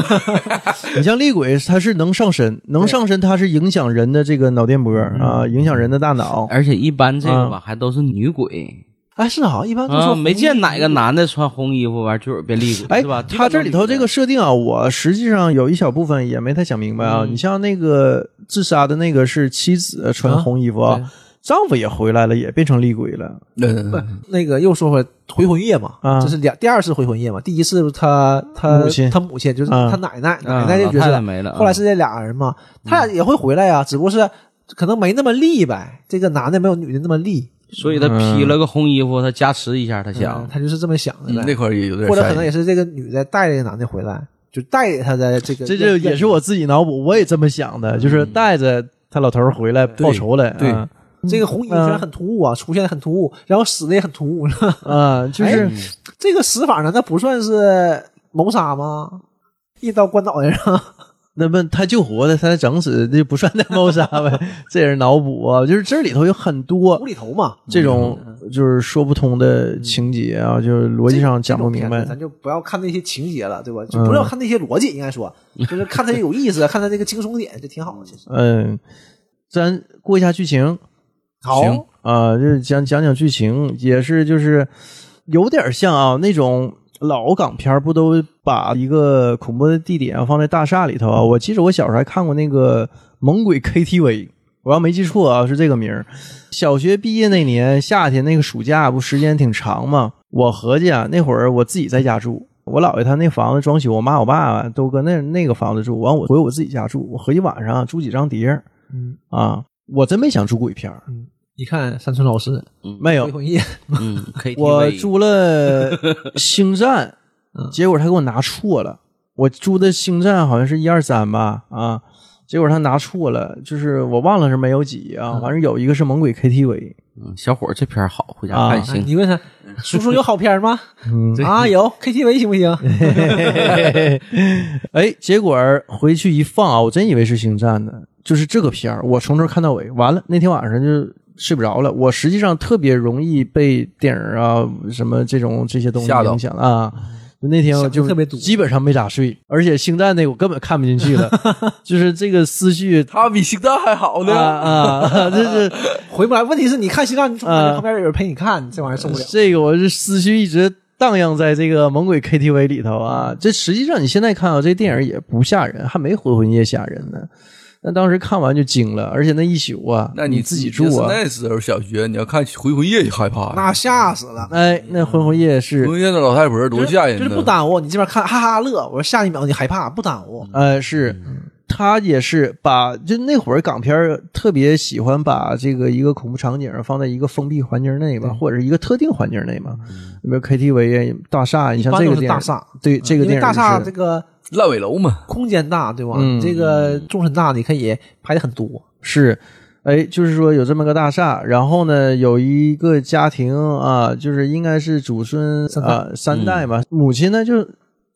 S1: 你像厉鬼，它是能上身，能上身，它是影响人的这个脑电波
S2: 嗯
S1: 啊，影响人的大脑。
S2: 而且一般这
S4: 嗯
S2: 个吧，还都是女鬼
S1: 哎，是好，一般都
S2: 啊，
S1: 说
S2: 没见哪个男的穿红衣服完最后变厉鬼，
S1: 哎
S2: 是吧？，
S1: 他这里头这个设定啊，我实际上有一小部分也没太想明白
S2: 嗯
S1: 啊。你像那个自杀的那个是妻子呃穿红衣服啊，丈夫也回来了，也变成厉鬼了。
S3: 嗯
S4: 那个又说回来回魂夜嘛，
S1: 啊
S4: 这是两第二次回魂夜嘛。第一次是他他
S1: 母亲
S4: 他母亲嗯就是
S1: 啊
S4: 他奶奶、
S2: 啊
S4: 奶奶这角
S2: 老太
S4: 色
S2: 太没了啊
S4: 后来是这俩人嘛，他俩也会回来呀、只不过是可能没那么利呗。这个男的没有女的那么利，
S2: 所以他披了个红衣服，他加持一下，他想
S4: 嗯，他就是这么想的呗。
S3: 那块儿也有点
S4: 或者
S3: 晒
S4: 可能也是这个女的带着这个男的回来，就带着他的这个
S1: 这
S4: 怨
S1: 就也是我自己脑补，我也这么想的，就是
S2: 嗯
S1: 带着他老头儿回来报仇来。
S3: 对
S1: 啊
S4: 这个红衣服虽然很突兀啊，出现的很突兀，然后死的也很突兀， 是吧
S1: 啊，
S2: 哎
S1: 就是
S4: 这个死法难道不算是谋杀吗？一刀关脑袋上，
S1: 那么他救活的，他整死这不算他谋杀 呗？这也是脑补啊，就是这里头有很多
S4: 无厘头嘛。
S1: 这种就是说不通的情节啊，就是逻辑上讲不明
S4: 嗯这种片
S1: 白嗯
S4: 子。咱就不要看那些情节了，对吧？就不要看那些逻辑，应 该说，就是看它有意思，看它这个轻松点，就挺好的。其实，
S1: 嗯，咱过一下剧情
S4: 好，
S3: 行
S1: 啊，就是讲讲讲剧情，也是就是有点像啊那种老港片儿不都把一个恐怖的地点放在大厦里头啊？我记得我小时候还看过那个《猛鬼 KTV》。我要没记错啊，是这个名儿。小学毕业那年夏天那个暑假，不时间挺长嘛？我合计啊，那会儿我自己在家住，我姥爷他那房子装修，我妈我爸、都搁那那个房子住，完我回我自己家住。我合计晚上啊租几张碟儿，
S4: 嗯
S1: 啊，我真没想租鬼片儿，
S4: 你看山村老师
S1: 没有
S4: 回，魂夜，
S2: 嗯，可以。
S1: 我租了星战，结果他给我拿错了。我租的星战好像是一二三吧，啊，结果他拿错了，就是我忘了是没有几啊，反正有一个是猛鬼 KTV，
S2: 嗯小伙儿这片儿好，回家
S1: 啊
S2: 看
S4: 哎
S2: 行。
S4: 你问 他叔叔有好片吗？
S1: 嗯
S4: 啊，有 KTV 行不行？
S1: 哎，结果儿回去一放啊，我真以为是星战呢，就是这个片儿，我从头看到尾。完了，那天晚上就睡不着了。我实际上特别容易被电影啊什么这种这些东西
S3: 吓到
S1: 影响啊。那天我
S4: 想
S1: 就
S4: 得特别多
S1: 基本上没咋睡，而且星战那个我根本看不进去了， 就是这个思绪
S3: 他比星战还好
S1: 啊
S3: 呢。
S1: 啊， 就是
S4: 回不来。问题是你看《西藏》，你总感觉旁边有人陪你看，你这玩意儿受不了。
S1: 这个我是思绪一直荡漾在这个猛鬼 KTV 里头啊。这实际上你现在看啊，这电影也不吓人，还没《回魂夜》吓人呢。那当时看完就惊了，而且那一宿啊，
S3: 那
S1: 你
S3: 你
S1: 自己住啊，
S3: 那时候小学，你要看《回魂夜》也害怕呀。
S4: 那吓死了。
S1: 哎，那《魂魂夜》是
S3: 回，魂夜那老太婆多吓人
S4: 就
S3: 呢！
S4: 是不耽误你这边看哈哈乐，我说下一秒你害怕，不耽误。
S1: 呃，是。他也是把就那会儿港片儿特别喜欢把这个一个恐怖场景放在一个封闭环境内吧，或者是一个特定环境内嘛，比如 KTV 啊大厦，你像
S4: 嗯般
S1: 这
S4: 都
S1: 个
S4: 是
S1: 电影
S4: 大厦，嗯
S1: 对这个
S4: 因
S1: 电
S4: 为
S1: 影
S4: 大厦
S1: 就是
S4: 这个
S3: 烂尾楼嘛，
S4: 空间大，对吧？
S1: 嗯
S4: 你这个纵深大，你可以拍的很多。
S1: 是，哎，就是说有这么个大厦，然后呢，有一个家庭啊，就是应该是祖孙
S4: 三代
S1: 啊、三代嘛，母亲呢就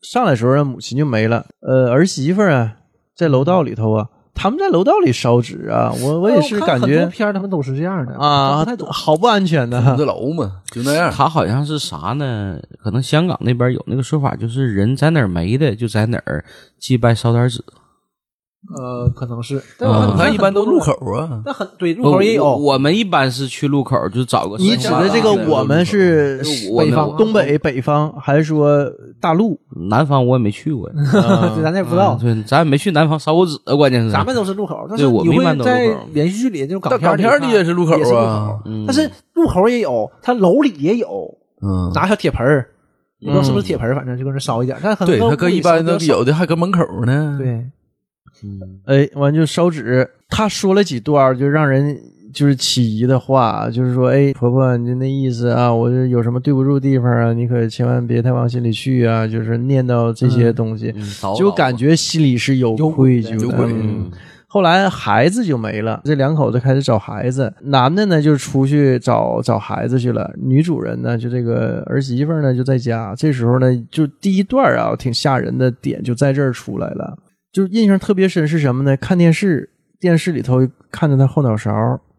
S1: 上来的时候呢，母亲就没了，呃，儿媳妇儿啊在楼道里头啊，他们在楼道里烧纸啊，我我也是
S4: 哦看
S1: 感
S4: 很多
S1: 觉
S4: 片儿他们都是这样的
S1: 啊
S4: 不太懂，。
S1: 好不安全
S3: 筒
S1: 呐、
S3: 子楼嘛，就那
S4: 哎
S3: 样。
S2: 他好像是啥呢？可能香港那边有那个说法，就是人在哪儿没的就在哪儿祭拜烧点纸。
S4: 呃，可能是，但我
S3: 啊
S4: 看
S3: 他一般都入
S4: 很多
S3: 口啊
S4: 人，，但很对
S2: 哦
S4: 入口也
S2: 我
S4: 有。
S2: 我们一般是去路口就找个啊
S1: 你
S2: 三
S1: 指
S2: 千八
S1: 的
S2: 百
S1: 这
S2: 的
S1: 个
S2: 路口。
S1: 我们是
S2: 我
S1: 北
S2: 们
S1: 方、东北、北方，还是说大陆？
S2: 南方我也没去过呀，
S4: 对，咱这 也不知道，
S2: 对，咱也没去南方烧过纸啊，关键是
S4: 咱们都是入口，但是
S2: 嗯对我
S4: 你
S2: 们一
S4: 会
S2: 般都
S4: 在
S2: 入口嗯
S4: 连续剧里这种港
S3: 但港
S4: 片
S3: 片里也
S4: 是
S3: 是路口
S4: 也入
S3: 啊
S4: 口。，但是入口也有，它楼里也有，
S3: 嗯，
S4: 拿小铁盆儿，不知道是不是铁盆儿，反正就搁那烧一点儿。但可能
S3: 对，他搁一般
S4: 的
S3: 的有嗯的还搁门口呢。，
S4: 对，
S2: 嗯
S1: 哎，完就烧纸，他说了几段儿就让人就是起疑的话，就是说，哎，婆婆，你就那意思啊，我这有什么对不住地方啊，你可千万别太往心里去啊，就是念叨这些东西，
S2: 嗯
S1: 就感觉心里是有愧疚
S3: 有
S1: 的。
S3: 鬼
S1: 嗯，后来孩子就没了，这两口子开始找孩子，男的呢就出去找找孩子去了，女主人呢就这个儿媳妇儿呢就在家。这时候呢，就第一段啊挺吓人的点就在这儿出来了，就是印象特别深是什么呢？看电视，电视里头看着他后脑勺，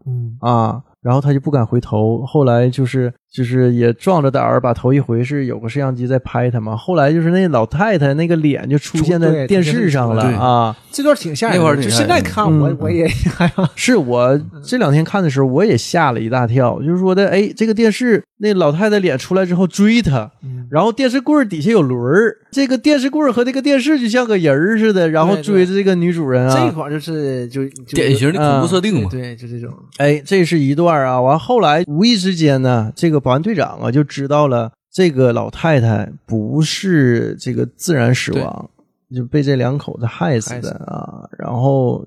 S4: 嗯，
S1: 啊，然后他就不敢回头。后来就是就是也壮着胆儿把头一回，是有个摄像机在拍他嘛。后来就是那老太太那个脸就出
S4: 出
S1: 现
S4: 对
S1: 在电
S4: 出现在
S1: 视上了
S3: 电视上
S1: 啊。
S4: 这段挺吓人的，
S3: 那会儿
S4: 就
S3: 挺
S4: 现
S3: 吓
S4: 在
S3: 人的
S4: 看
S1: 嗯啊
S4: 我我也害怕。
S1: 是我这两天看的时候，我也吓了一大跳，就是说的，哎，这个电视那老太太脸出来之后追他，
S4: 嗯
S1: 然后电视柜儿底下有轮儿，这个电视柜儿和这个电视就像个人儿似的，然后
S4: 对对
S1: 追着这个女主人啊。
S4: 这一块儿就是嗯就就
S3: 典型的恐怖设定嘛。
S4: 对，就这种
S1: 哎，这是一段啊。完，后来无意之间呢，这个保安队长啊就知道了，这个老太太不是这个自然死亡，就被这两口子害死
S4: 害死
S1: 的啊。然后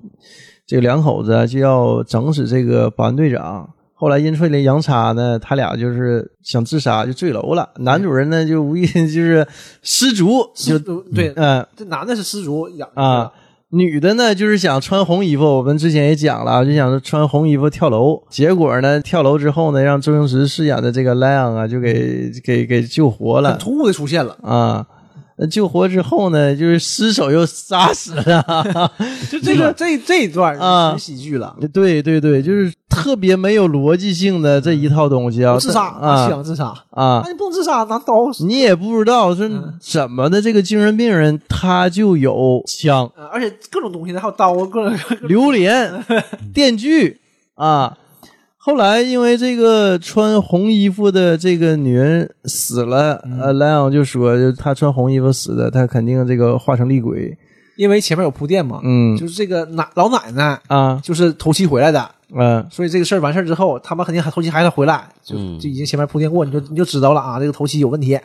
S1: 这个两口子啊就要整死这个保安队长。后来阴错阳阳差呢，他俩就是想自杀，就坠楼了。男主人呢就无意 就是失足，就
S4: 失足对，
S1: 嗯。
S4: 这男的是失足养的
S1: 啊，，女的呢就是想穿红衣服，我们之前也讲了，啊就想穿红衣服跳楼，结果呢跳楼之后呢，让周星驰饰演的这个莱昂啊就给给给救活
S4: 很
S1: 了
S4: 突兀的出现了，
S1: 啊。那救活之后呢，就是失手又杀死了，
S4: 就这个这这一段
S1: 啊
S4: 纯喜剧了，
S1: 对对对，就是特别没有逻辑性的这一套东西啊，
S4: 自杀
S1: 啊
S4: 想自杀，
S1: 啊
S4: 那，你不能自杀，拿刀死。
S1: 你也不知道是
S4: 嗯
S1: 怎么的，这个精神病人他就有枪，
S4: 呃而且各种东西呢，还有刀，各种
S1: 榴莲、电锯啊。后来因为这个穿红衣服的这个女人死了，呃，莱昂就说，就她穿红衣服死的，她肯定这个化成厉鬼。
S4: 因为前面有铺垫嘛，
S1: 嗯
S4: 就是这个奶老奶奶
S1: 啊，
S4: 就是头七回来的，
S1: 嗯、
S4: 所以这个事儿完事儿之后，他们肯定还头七还得回来，就
S2: 嗯
S4: 就已经前面铺垫过，你就你就知道了啊，这个头七有问题，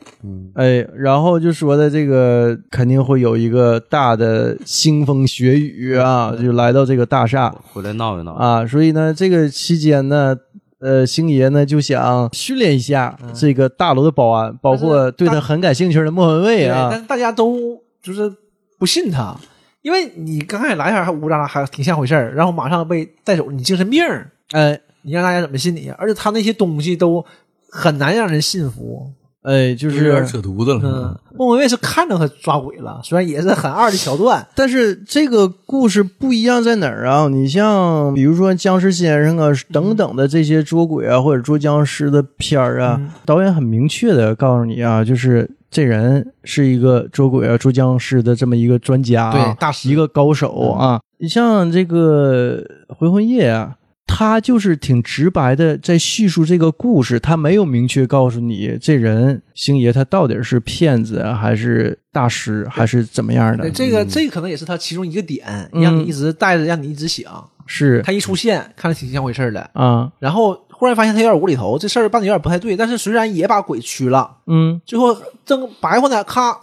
S1: 哎，然后就说的这个肯定会有一个大的腥风血雨啊，就来到这个大厦
S2: 回来闹一闹。
S1: 啊，所以呢，这个期间呢。呃，星爷呢就想训练一下这个大楼的保安，包括对他很感兴趣的莫文蔚啊。
S4: 但是大家都就是不信他，因为你刚开始来还乌拉拉，还挺像回事儿，然后马上被带走，你精神病儿，
S1: 哎，
S4: 你让大家怎么信你？啊而且他那些东西都很难让人信服。
S1: 哎，就
S3: 有点
S1: 是，
S3: 扯犊子
S4: 嗯
S3: 了，，
S4: 莫文蔚是看着他抓鬼了，虽然也是很二的桥段，
S1: 但是这个故事不一样在哪儿啊？你像比如说僵尸先生
S3: 嗯
S1: 啊等等的这些捉鬼啊或者捉僵尸的片儿啊，
S3: 嗯
S1: 导演很明确的告诉你啊，就是这人是一个捉鬼啊捉僵尸的这么一个专家、啊，
S4: 对大师
S1: 一个高手啊。你像这个《回魂夜》啊。他就是挺直白的在叙述这个故事，他没有明确告诉你这人星爷他到底是骗子啊还是大师还是怎么样的
S4: 对。这个这可能也是他其中一个点，
S1: 嗯
S4: 让你一直带着，让你一直想。
S1: 是
S4: 他一出现，看着挺像回事儿的，
S1: 啊，
S4: 然后忽然发现他有点无厘头，这事儿办的有点不太对。但是虽然也把鬼驱了，
S1: 嗯，
S4: 最后正白话呢，咔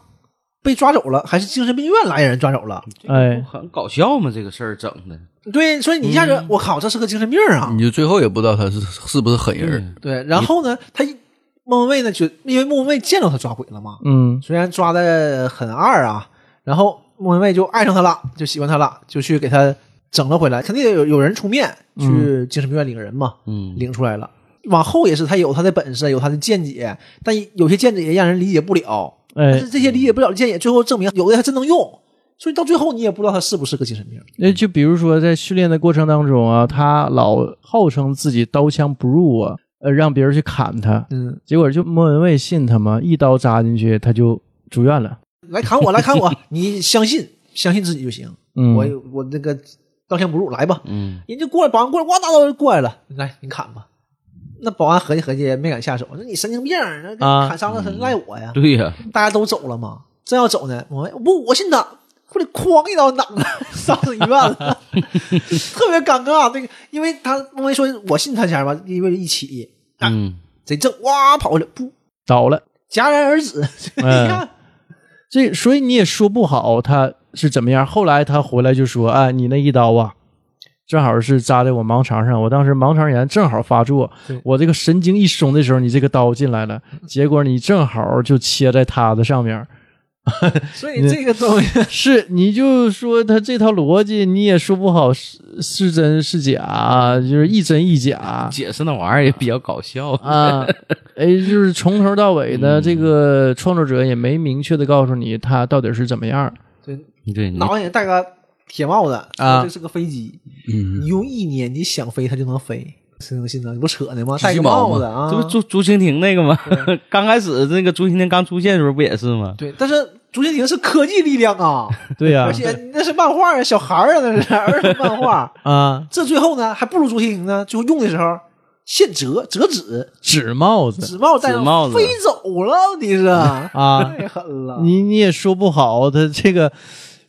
S4: 被抓走了，还是精神病院来人抓走了。
S2: 这个
S1: 哎
S2: 不很搞笑嘛，这个事儿整的。
S4: 对，所以你一下
S1: 嗯
S4: 子，我靠，这是个精神病儿啊！
S3: 你就最后也不知道他是是不是狠人。
S4: 对，然后呢，他一莫文蔚呢，就因为莫文蔚见到他抓鬼了嘛，
S1: 嗯
S4: 虽然抓的很二啊，然后莫文蔚就爱上他了，就喜欢他了，就去给他整了回来，肯定有有人出面
S1: 嗯
S4: 去精神病院领人嘛，
S2: 嗯，
S4: 领出来了。往后也是他有他的本事，有他的见解，但有些见解也让人理解不了。但
S1: 哎
S4: 是，这些理解不了的见解，最后证明有的还真能用，所以到最后你也不知道他是不是个精神病。
S1: 那就比如说在训练的过程当中啊，他老号称自己刀枪不入啊，呃，让别人去砍他，
S4: 嗯，
S1: 结果就莫文蔚信他嘛，一刀扎进去他就住院了。
S4: 来砍我，来砍我， 你相信，相信自己就行。
S1: 嗯，
S4: 我我那个刀枪不入，来吧，
S2: 嗯，
S4: 人家过来，保安过来，哇，大刀就过来了，来你砍吧。那保安合计合计，没敢下手，说你神经病儿，那
S1: 啊
S4: 砍伤了谁赖我呀？
S2: 对呀，
S4: 大家都走了嘛，真要走呢，我不，我信他，或者哐一刀挡了，杀死一半了， 特别尴尬。那个，因为他因为说我信他前儿吧，因为一起
S2: 嗯，
S4: 贼正哇跑过来，不
S1: 倒了。
S4: 戛然而止。 你
S1: 嗯
S4: 看，
S1: 这所以你也说不好他是怎么样。后来他回来就说：“哎，你那一刀啊，正好是扎在我盲肠上，我当时盲肠炎正好发作
S4: 对，
S1: 我这个神嗯经一松的时候，你这个刀进来了，结果你正好就切在他的上面。”
S4: 所以这个东西，
S1: 是你就说他这套逻辑，你也说不好是是真是假，就是一真一假
S2: 解释那玩意儿也比较搞笑。
S1: 啊。哎，就是从头到尾呢，这个创作者也没明确的告诉你他到底是怎么样儿。
S2: 对，你
S4: 脑袋戴个铁帽子
S1: 啊
S4: 说这是个飞机，
S3: 嗯，
S4: 你用一年你想飞它就能飞，谁能信呢？你不扯呢吗？
S3: 机
S4: 戴个
S3: 毛
S4: 帽子
S3: 嘛
S4: 啊，
S2: 这不竹竹蜻蜓那个吗？ 刚开始那个竹蜻蜓刚出现的时候不也是吗？
S4: 对，但是竹蜻蜓是科技力量 啊，
S1: 对 呀
S4: 而、且那是漫画啊，小孩儿啊，那是 儿童漫画。
S1: 啊，
S4: 这最后呢，还不如竹蜻蜓呢，最后用的时候现折折纸，
S1: 纸帽子
S4: 纸帽戴
S2: 纸帽
S4: 上
S2: 子
S4: 飞走了，你是
S1: 啊，
S4: 太狠了。
S1: 你你也说不好，他这个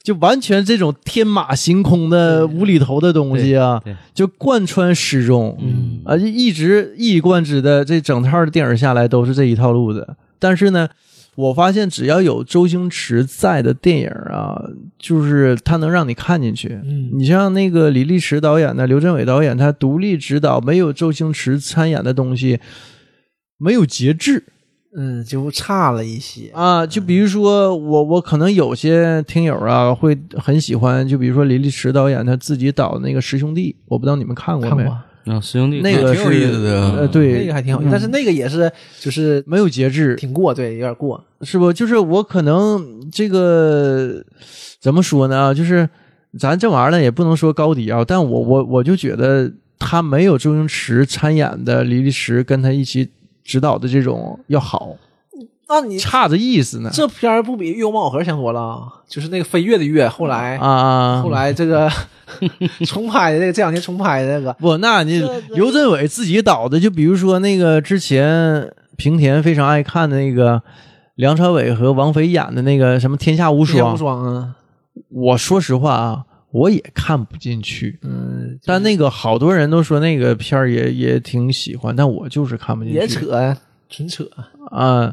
S1: 就完全这种天马行空的无厘头的东西啊
S2: 对对，
S1: 就贯穿始终，嗯啊，就一直一以贯之的，这整套的电影下来都是这一套路子。但是呢，我发现只要有周星驰在的电影啊，就是他能让你看进去。
S4: 嗯
S1: 你像那个李立池导演的、刘镇伟导演，他独立执导没有周星驰参演的东西，没有节制。
S4: 嗯，就差了一些。
S1: 啊，就比如说我我可能有些听友啊会很喜欢，就比如说李立池导演他自己导的那个《十兄弟》，我不知道你们看过
S4: 看
S1: 没？
S4: 过嗯
S2: 啊，师兄弟
S1: 那个
S3: 挺有
S1: 是
S3: 意思的
S1: 呃，对，
S4: 那个还挺好，但是那个也是就是
S1: 没有节制，
S4: 嗯挺过，对，有点过。
S1: 是不？就是我可能这个怎么说呢？就是咱这玩意儿呢也不能说高低啊，但我我我就觉得他没有周星驰参演的李立池跟他一起指导的这种要好，
S4: 那你
S1: 差着意思呢。
S4: 这片儿不比《月光宝盒》强多了？啊就是那个飞跃的跃，后来、
S1: 啊
S4: 后，来这 个重拍的这个这两年重拍的这个，
S1: 不，那你
S4: 这个
S1: 刘镇伟自己导的，就比如说那个之前平田非常爱看的那个梁朝伟和王菲演的那个什么《天下无
S4: 无
S1: 双》，
S4: 无双啊，
S1: 我说实话啊，我也看不进去。
S4: 嗯，
S1: 但那个好多人都说那个片儿也也挺喜欢，但我嗯就是看不进去。
S4: 也扯，纯扯。
S1: 啊，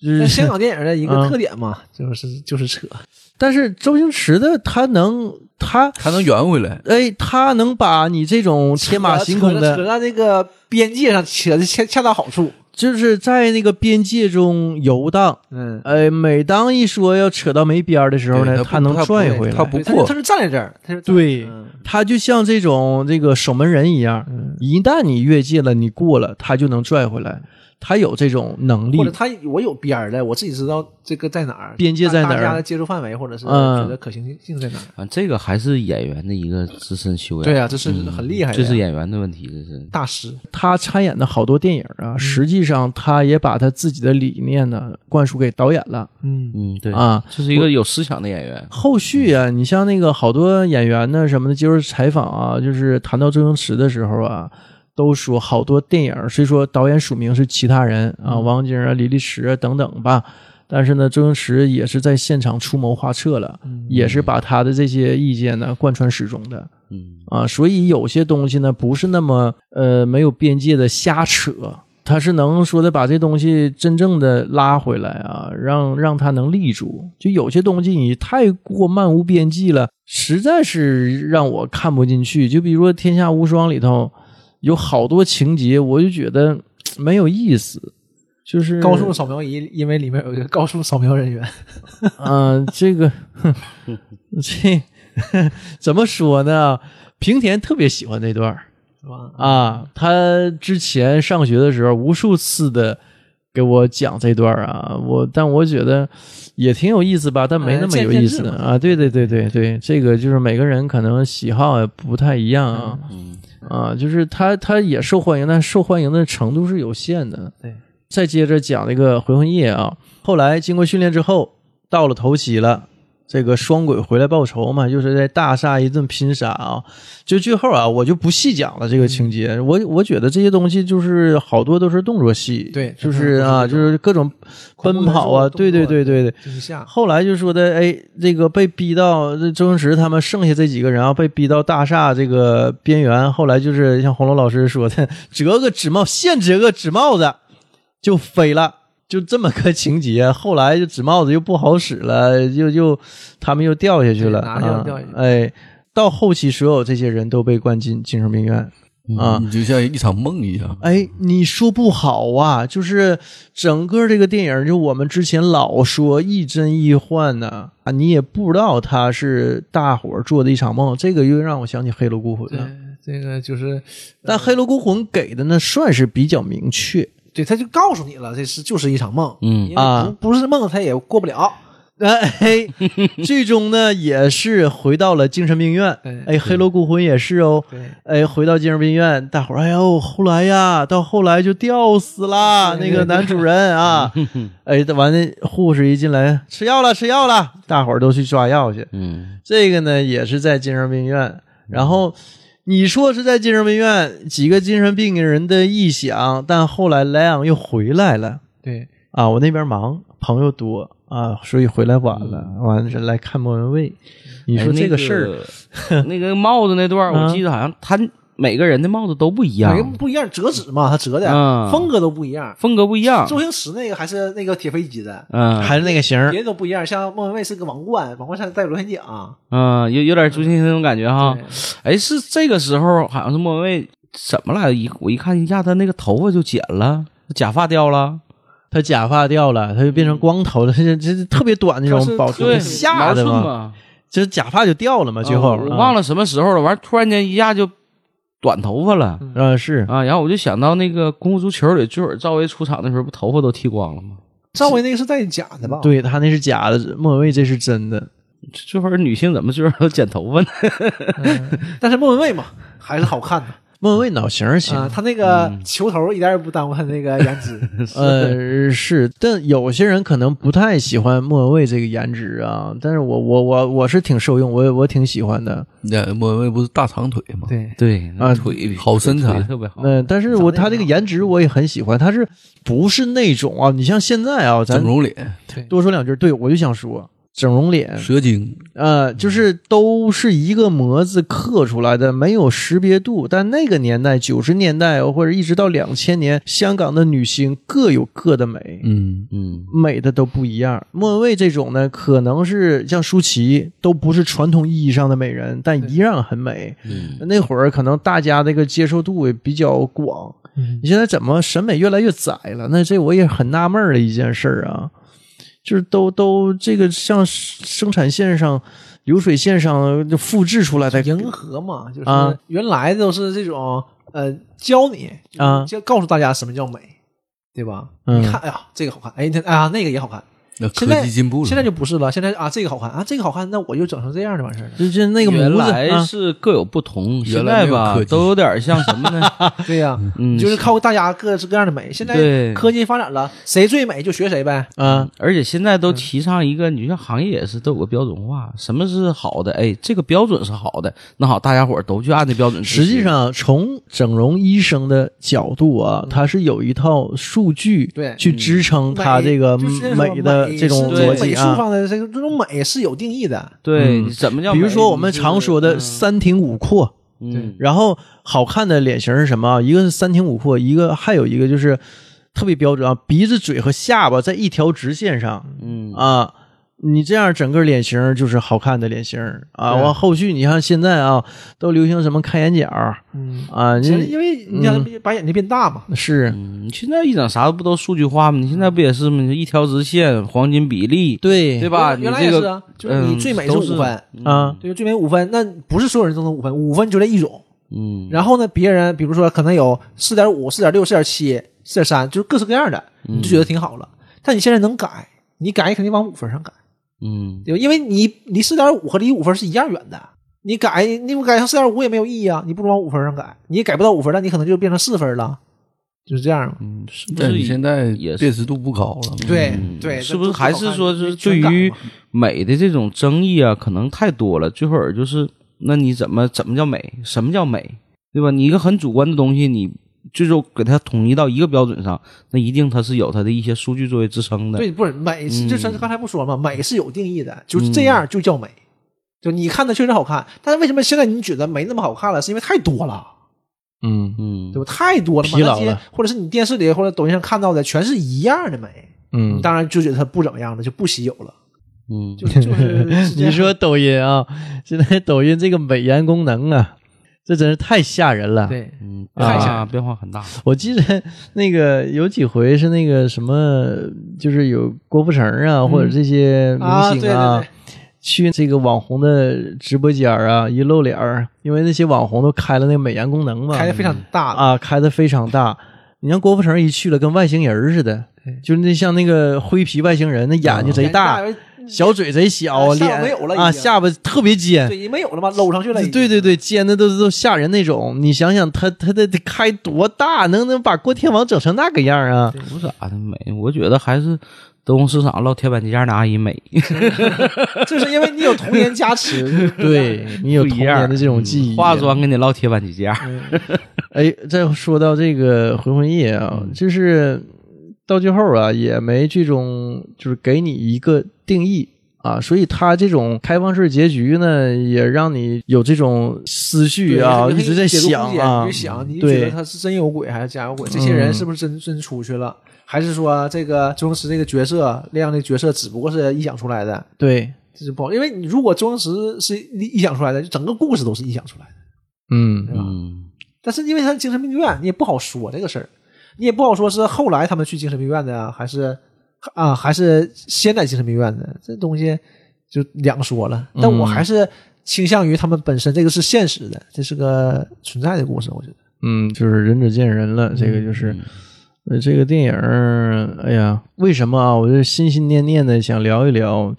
S1: 就
S4: 那
S1: 是
S4: 香港电影的一
S1: 嗯
S4: 个特点嘛，就是就是扯。
S1: 但是周星驰的他能他
S3: 还能圆回来，
S1: 哎他能把你这种天马行空
S4: 扯
S1: 的
S4: 扯到那个边界上，扯的恰恰到好处。
S1: 就是在那个边界中游荡。
S4: 嗯，
S1: 呃，每当一说要扯到没边儿的时候
S3: 对
S1: 呢，
S3: 他不
S1: 他能
S3: 他不
S1: 拽回来。
S3: 他不
S4: 对他
S3: 过
S4: 就他是站在这儿，他是站
S1: 对
S4: 嗯
S1: 他就像这种这个守门人一样，嗯一旦你越界了，你过了，他就能拽回来。他有这种能力
S4: 或者他我有边儿的，我自己知道这个在哪儿，
S1: 边界在哪儿
S4: 大家的接触范围或者是
S1: 嗯
S4: 觉得可行性在哪儿。
S2: 啊，这个还是演员的一个自身修养。
S4: 对啊，这是
S1: 嗯
S4: 很厉害的
S2: 这
S4: 呀，
S2: 是演员的问题，这是
S4: 大师。
S1: 他参演的好多电影啊，
S3: 嗯
S1: 实际上他也把他自己的理念呢灌输给导演了
S4: 嗯，
S2: 嗯对，
S1: 啊。
S2: 这是一个有思想的演员。
S1: 后续啊，你像那个好多演员呢什么的接受采访啊，就是谈到周星驰的时候啊，都说好多电影虽说导演署名是其他人啊，王晶啊、李立石啊等等吧，但是呢，周星驰也是在现场出谋划策了，也是把他的这些意见呢贯穿始终的
S2: 嗯，
S1: 啊，所以有些东西呢不是那么呃没有边界的瞎扯。他是能说的把这东西真正的拉回来啊，让让它能立住。就有些东西你太过漫无边际了，实在是让我看不进去。就比如说《天下无双》里头有好多情节，我就觉得没有意思。就是
S4: 高速扫描仪，因为里面有一个高速扫描人员，
S1: 嗯、这个 这 怎么说呢？平田特别喜欢这段儿
S4: 是吧？
S1: 啊，他之前上学的时候无数次的给我讲这段儿啊，我但我觉得也挺有意思吧，但没那么有意思
S4: 哎见仁见智嘛
S1: 啊。对对对对对，这个就是每个人可能喜好也不太一样啊。
S4: 嗯
S1: 啊，就是他他也受欢迎，但受欢迎的程度是有限的。
S4: 对，
S1: 再接着讲那个回魂夜啊，后来经过训练之后，到了头七了。这个双鬼回来报仇嘛，就是在大厦一顿拼杀啊！就最后啊，我就不细讲了这个情节。
S4: 嗯
S1: 我我觉得这些东西就是好多都是动作戏，
S4: 对
S1: 就是啊，
S4: 它可能是这种
S1: 就是各种 奔跑啊，
S4: 恐怖元素
S1: 对对对对对。
S4: 惊吓，
S1: 后来就说的，哎，这个被逼到这周星驰他们剩下这几个人啊，被逼到大厦这个边缘。后来就是像红楼老师说的， 折个纸帽，现折个纸帽子就飞了，就这么个情节。后来就纸帽子又不好使了，又又他们又掉下去了，
S4: 对拿下
S1: 啊
S4: 掉下去
S1: 哎，到后期所有这些人都被关进精神病院啊。
S3: 你就像一场梦一样。
S1: 哎，你说不好啊，就是整个这个电影，就我们之前老说亦真亦幻呢、啊，你也不知道他是大伙儿做的一场梦，这个又让我想起《黑楼孤魂》了。
S4: 这个就是
S1: 但《黑楼孤魂》给的呢，算是比较明确。
S4: 对，他就告诉你了，这是就是一场梦，因
S2: 嗯
S4: 为
S1: 啊
S4: 不不是梦，他也过不了。
S1: 哎，最终呢也是回到了精神病院
S4: 哎。
S1: 哎，《黑楼孤魂》也是哦。
S4: 对，
S1: 哎，回到精神病院，大伙儿哎呦，后来呀，到后来就吊死啦，那个男主人啊，哎，完了，护士一进来，吃药了，吃药了，大伙儿都去抓药去。
S2: 嗯
S1: 这个呢，也是在精神病院，然后。你说是在精神病院，几个精神病人的臆想，但后来莱昂又回来了
S4: 对，
S1: 啊！我那边忙，朋友多啊，所以回来晚了，完了是来看莫文蔚。你说这个事儿，啊
S2: 儿，哎 那个帽子那段儿，我记得好像他每个人的帽子都不一样
S4: 每，个不一样，折纸嘛，他折的、
S2: 嗯
S4: 风格都不一样。
S2: 风格不一样。
S4: 周星驰那个还是那个铁飞机的，
S2: 嗯
S1: 还是那个型儿
S4: 别的都不一样。像莫文蔚是个王冠，王冠上带螺旋
S1: 啊
S4: 桨。
S2: 嗯，有有点朱星驰那种感觉哈
S4: 对。
S2: 哎，是这个时候好像是莫文蔚怎么了？一我一看一下，他那个头发就剪了，假发掉了，嗯
S1: 他假发掉了，他就变成光头了，他就这这特别短那
S4: 他
S1: 种
S4: 是
S1: 保
S4: 对
S1: 存吓
S2: 毛
S1: 的
S2: 寸
S1: 嘛，
S2: 嘛。啊
S1: 就是假发就掉了嘛，最后啊
S2: 我忘
S1: 了，
S2: 了什么时候了，完突然间一下就短头发了
S1: 嗯是
S2: 啊，然后我就想到那个《功夫足球》里最后赵薇出场的时候，不头发都剃光了吗？
S4: 赵薇那个是带假的吧？，
S1: 对他那是假的，莫文蔚这是真的，
S2: 这会儿女性怎么最后都剪头发呢？
S4: 但是莫文蔚嘛，还是好看的。
S1: 莫文蔚脑型儿
S4: 啊，
S1: 行，嗯
S4: 他那个球头一点也不耽误他那个颜值。
S1: 呃是，但有些人可能不太喜欢莫文蔚这个颜值啊，但是我我我我是挺受用，我我挺喜欢的，
S3: 那莫文蔚不是大长腿吗？
S4: 对，
S2: 对，
S1: 啊
S2: 腿
S3: 好身材
S2: 腿特别好。
S1: 嗯，但是我他这个颜值我也很喜欢，他是不是那种啊？你像现在啊，咱
S3: 整容脸、
S1: 多说两句，对我就想说整容脸，
S3: 蛇精，
S1: 呃，就是都是一个模子刻出来的，没有识别度。但那个年代，九十年代或者一直到两千年，香港的女星各有各的美，
S3: 嗯，
S2: 嗯，
S1: 美的都不一样。莫文蔚这种呢，可能是像舒淇，都不是传统意义上的美人，但一样很美。
S2: 嗯
S1: 那会儿可能大家这个接受度也比较广，
S4: 嗯
S1: 你现在怎么审美越来越窄了？那这我也很纳闷儿的一件事儿啊，就是都都这个像生产线上、流水线上就复制出来的，
S4: 迎合嘛，就
S1: 啊
S4: 是原来都是这种呃，教你
S1: 啊
S4: 就告诉大家什么叫美，对吧？
S1: 嗯
S4: 你看，哎呀，这个好看，哎，那啊那个也好看，
S3: 那科
S4: 现在
S3: 技进步了，
S4: 现在就不是了，现在啊这个好看啊这个好看，那我就整成这样就完事儿了。
S1: 就就那个模
S2: 原
S1: 子
S2: 来
S1: 啊，
S2: 是各有不同，现
S3: 原
S2: 在
S3: 来没有
S2: 吧
S3: 科技
S2: 都有点像什么呢？
S4: 对呀、
S2: 嗯，
S4: 就是靠大家各式各样的美。现在
S2: 对
S4: 科技发展了，谁最美就学谁呗。
S1: 啊，
S2: 而且现在
S4: 嗯
S2: 都提倡一个，你像行业也是都有个标准化，什么是好的？哎，这个标准是好的，那好，大家伙儿都去按这标准执
S1: 实
S2: 行。
S1: 际上从整容医生的角度啊，他是有一套数据
S4: 对
S1: 去支撑他这个
S4: 就是那
S1: 美的这种
S4: 美
S2: 对
S1: 逻
S4: 美
S1: 辑
S4: 术
S1: 啊。
S4: 上的这个这种美是有定义的。
S2: 对，
S1: 嗯
S2: 你怎么叫
S1: 比
S2: 美？嗯
S1: 如说我们常说的三庭五阔，
S2: 你
S4: 对
S2: 是，
S1: 然后好看的脸型是什么啊？一个是三庭五阔，一个还有一个就是特别标准啊，鼻子、嘴和下巴在一条直线上
S2: 嗯嗯
S1: 啊。你这样整个脸型就是好看的脸型啊。
S4: 对
S1: 完后续你看现在啊，都流行什么开眼角
S4: 嗯，
S1: 啊，
S4: 其实
S1: 你
S4: 因为你想
S1: 嗯
S4: 把眼睛变大嘛，
S1: 是
S2: 嗯，你现在一整啥不都数据化吗？你现在不也是吗？一条直线，黄金比例，
S1: 对
S2: 对吧？
S4: 原来
S2: 你
S4: 也
S2: 这
S4: 是
S2: 个
S4: 啊，就是你最美
S2: 嗯都是
S4: 五分，
S1: 啊，
S4: 对，最美五分，那不是所有人都能五分，五分就这一种。
S2: 嗯，
S4: 然后呢，别人比如说可能有四点五、四点六、四点七、四点三，就是各式各样的，你
S2: 嗯
S4: 就觉得挺好了。但你现在能改，你改肯定往五分上改，
S2: 嗯
S4: 对吧？因为你离四点五和离五分是一样远的，你改你不改成四点五也没有意义啊，你不如往五分上改，你也改不到五分，那你可能就变成四分了，就是这样嘛。
S2: 嗯，是不
S3: 但
S2: 是
S3: 你现在
S2: 也是
S3: 辨识度不高了，
S4: 对
S2: 嗯
S4: 对，
S2: 是不是还是说是对于美的这种争议啊，可能太多了。最后儿就是，那你怎么怎么叫美？什么叫美？对吧？你一个很主观的东西，你最终给它统一到一个标准上，那一定它是有它的一些数据作为支撑的。
S4: 对，不是
S1: 嗯
S4: 美是，就是刚才不说嘛，美是有定义的，就是这样就叫美。就你看的确实好看，但是为什么现在你觉得没那么好看了？是因为太多了，
S1: 嗯
S2: 嗯
S4: 对，吧？太多了，
S1: 疲劳了
S4: 满大街，或者是你电视里或者抖音上看到的全是一样的美，
S1: 嗯。
S4: 当然就觉得它不怎么样了，就不稀有 了。
S2: 嗯，
S4: 就就是
S1: 你说抖音啊，现在抖音这个美颜功能啊，这真是太吓人了。
S4: 对，
S2: 嗯，
S1: 看一下
S2: 啊变化很大。
S1: 我记得那个有几回是那个什么，就是有郭富城啊，或者这些明
S4: 嗯啊对
S1: 星
S4: 对对
S1: 去这个网红的直播间儿啊，一露脸儿，因为那些网红都开了那个美颜功能嘛，
S4: 开的非常大的，
S1: 啊，开的非常大。你像郭富城一去了，跟外星人儿似的，就是那像那个灰皮外星人，那眼睛贼大，
S4: 脸
S1: 小嘴贼小，
S4: 啊下巴
S1: 脸
S4: 没有了已
S1: 啊，
S4: 经
S1: 下巴特别尖
S4: 对，，已经没有了嘛，搂上去了已经，
S1: 对对对，尖的都都吓人那种。你想想他，他他得开多大，能能把郭天王整成那个样儿啊？
S2: 不咋的美，我觉得还是德宏市场烙铁板鸡架的阿姨美。
S4: 就是因为你有童年加 持，
S1: 对你有
S2: 不一
S1: 童
S2: 样
S1: 年的这
S4: 嗯
S1: 种记忆，
S2: 化妆给你烙铁板鸡架，
S1: 哎，再说到这个《回魂夜》啊，
S4: 嗯
S1: 就是到最后啊，也没最终就是给你一个定义啊，所以它这种开放式结局呢，也让你有这种思绪啊，
S4: 对
S1: 一直在
S4: 解读
S1: 想
S4: 空间
S1: 啊
S4: 你就，想，你就觉
S1: 对嗯
S4: 得他是真有鬼还是假有鬼？这些人是不是真真出去了？还是说这个周星驰这个角色亮的角色只不过是臆想出来的？
S1: 对，
S4: 这是不好，因为你如果周星驰是臆想出来的，整个故事都是臆想出来的。
S1: 嗯
S2: 嗯，
S4: 但是因为他精神病院，你也不好说这个事儿，你也不好说是后来他们去精神病院的啊，还是啊，还是先在精神病院的，这东西就两说了。但
S1: 嗯
S4: 我还是倾向于他们本身这个是现实的，这是个存在的故事，我觉得。
S1: 嗯，就是仁者见仁了，这个就是。呃这个电影儿，哎呀，为什么啊？我就心心念念的想聊一聊，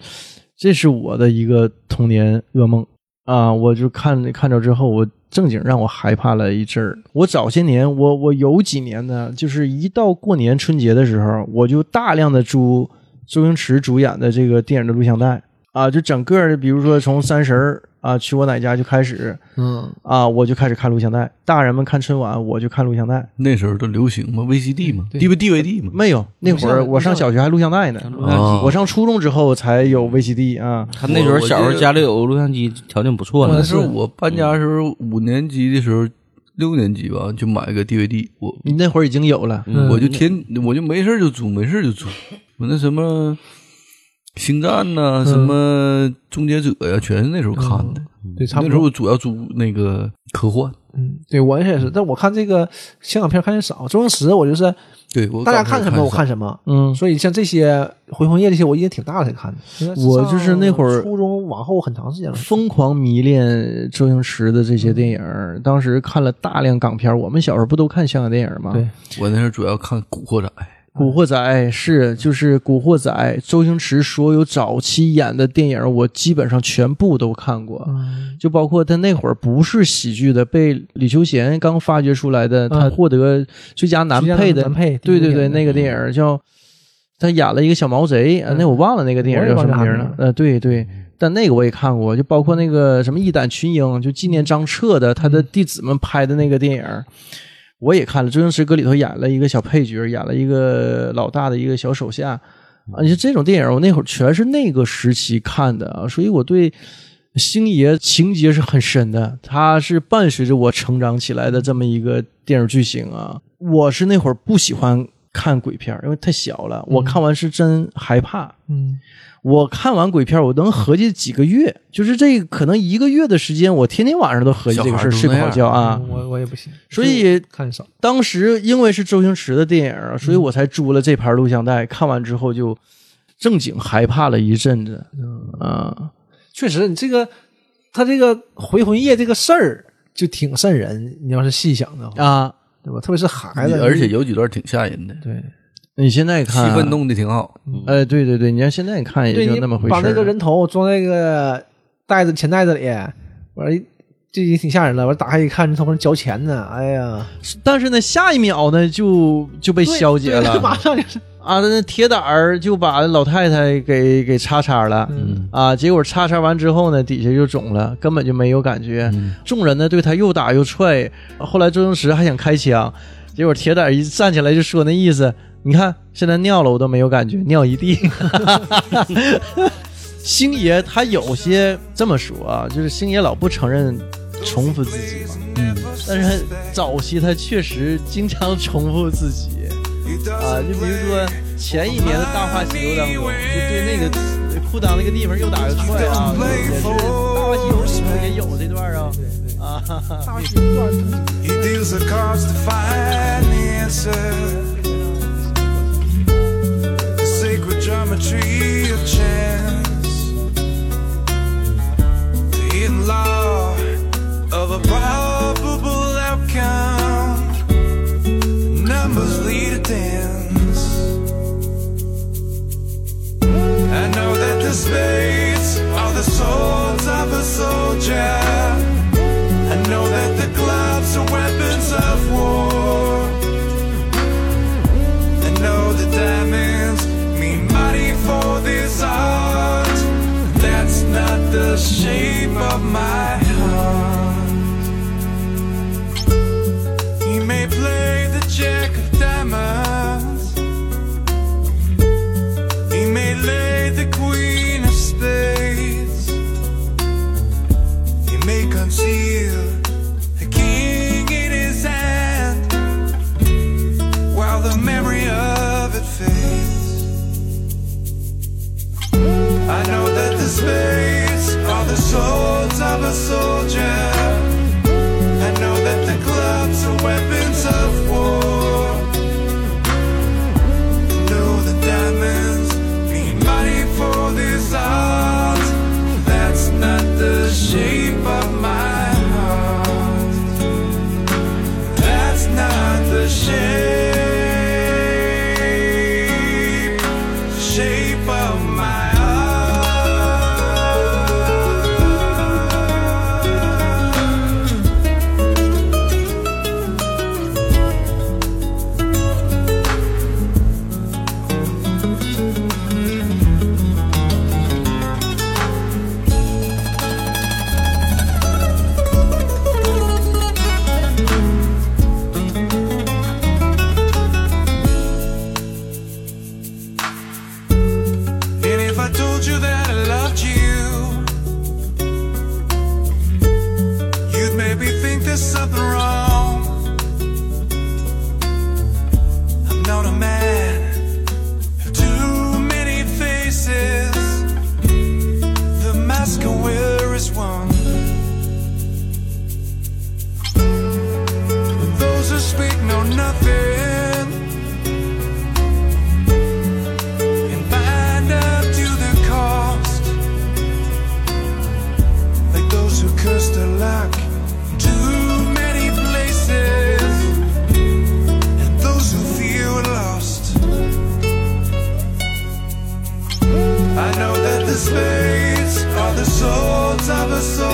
S1: 这是我的一个童年噩梦啊！我就看看着之后，我正经让我害怕了一阵儿。我早些年，我我有几年呢，就是一到过年春节的时候，我就大量的租周星驰主演的这个电影的录像带啊，就整个儿比如说从三十儿啊去我奶家就开始
S4: 嗯，
S1: 啊，我就开始看录像带，大人们看春晚，我就看录像带。
S3: 那时候都流行嘛，VCD 嘛，DV DVD 嘛，
S1: 没有，那会儿我上小学还录像带呢，
S2: 录像
S3: 哦
S1: 我上初中之后才有 VCD 啊。
S2: 他那时候小时候家里有录像机，条件不错
S3: 那
S2: 呢。
S3: 是我搬家的时候，五年级的时候，六年级吧，就买个 DVD，我
S1: 你那会儿已经有了，
S2: 嗯
S4: 嗯
S3: 我就天，我就没事儿就租，没事儿就租，我那什么《星战》
S4: 嗯
S3: 呐，什么《终结者》呀，全是那时候看的。
S4: 对，嗯差
S3: 嗯那
S4: 不
S3: 时候
S4: 多。
S3: 我主要租那个科幻，
S4: 嗯，对我也是，但我看这个香港片看的少，周星驰我就是
S3: 对我
S4: 大
S3: 刚
S4: 家
S3: 开
S4: 看
S3: 始
S4: 什么我看什么。
S1: 嗯，
S4: 所以像这些《回魂夜》这些，我印象挺大的才看的。
S1: 我就是那会儿
S4: 初中往后很长时间了。
S1: 疯狂迷恋周星驰的这些电影，当时看了大量港片。我们小时候不都看香港电影吗？
S4: 对
S3: 我那时候主要看《古惑仔》，
S1: 古惑仔》是就是《古惑仔》，周星驰所有早期演的电影，我基本上全部都看过。
S4: 嗯，
S1: 就包括他那会儿不是喜剧的，被李修贤刚发掘出来的，他
S4: 嗯
S1: 获得呃最佳男配的，嗯
S4: 男配
S1: 对对对，
S4: 第一
S1: 那个电影叫他演了一个小毛贼，啊，那我忘了那个电影叫什么名
S4: 我也忘
S1: 了
S4: 了。
S1: 呃，对对，但那个我也看过，就包括那个什么义胆群英，就纪念张彻的他的弟子们拍的那个电影。我也看了，周星驰搁里头演了一个小配角，演了一个老大的一个小手下啊。你说这种电影，我那会儿全是那个时期看的啊，所以我对星爷情节是很深的，他是伴随着我成长起来的这么一个电影巨星啊。我是那会儿不喜欢看鬼片儿，因为太小了，我看完是真害怕。
S4: 嗯，
S1: 我看完鬼片儿，我能合计几个月，就是这个可能一个月的时间，我天天晚上都合计这个事儿，
S3: 小孩儿都
S1: 睡不
S3: 那
S1: 好
S3: 样
S1: 觉啊。
S4: 我我也不行，
S1: 所以
S4: 看的少。
S1: 当时因为是周星驰的电影儿，所以我才租了这盘录像带。看完之后就正经害怕了一阵子，啊，
S4: 确实，你这个他这个回魂夜这个事儿就挺瘆人，你要是细想的话，
S1: 啊！
S4: 对吧？特别是孩子，
S3: 而且有几段挺吓人的，
S4: 对
S1: 你现在
S3: 气
S1: 看啊，
S3: 氛弄得挺好。
S1: 哎，对对对，你要现在看也
S4: 对，
S1: 就
S4: 你
S1: 那么回事
S4: 把
S1: 儿。
S4: 那个人头装在那个袋子钱袋子里，完了就已经挺吓人了。完了打开一看，人头上嚼钱呢，哎呀，
S1: 但是呢，下一秒呢就就被消解
S4: 对
S1: 了
S4: 马上就是
S1: 啊！那铁胆儿就把老太太给给叉叉了。
S4: 嗯
S1: 啊，结果叉叉完之后呢，底下就肿了，根本就没有感觉。众人呢对他又打又踹，后来周星驰还想开枪，结果铁胆一站起来就说那意思，你看现在尿了我都没有感觉，尿一地。星爷他有些这么说啊，就是星爷老不承认重复自己嘛，嗯，但是早期他确实经常重复自己。啊，就比如说前一年的《大话西游》当中，就对那个裤裆那个地方又打又踹啊，也是《大话西游》里头也有这段啊。啊
S4: 大学段儿。
S5: He deals the cards to find the answer. The sacred geometry of chance. The hidden law of a probable outcome. Numbers lead a dance. I know that the spades are the souls of a soldier. I know that the gloves are weapons of war. I know the diamonds mean money for this art. That's not the shape of my heart. He may play the jack of diamonds. He may lay the queen of spades. He may conceal the king in his hand while the memory of it fades. I know that the spades are the swords of a soldier. I know that the clubs are weapons of war. I know the diamonds mean money for this art. That's not the shape of my heart. That's not the shape, shape of my heart. And if I told you that I loved you, you'd maybe think there's something wrong. I'm not a man of too many faces. The mask I wear is one. Those who speak know nothing. and bind up to the cost. Like those who curse their luck in too many places, and those who feel lost. I know that the spades are the swords of a soldier.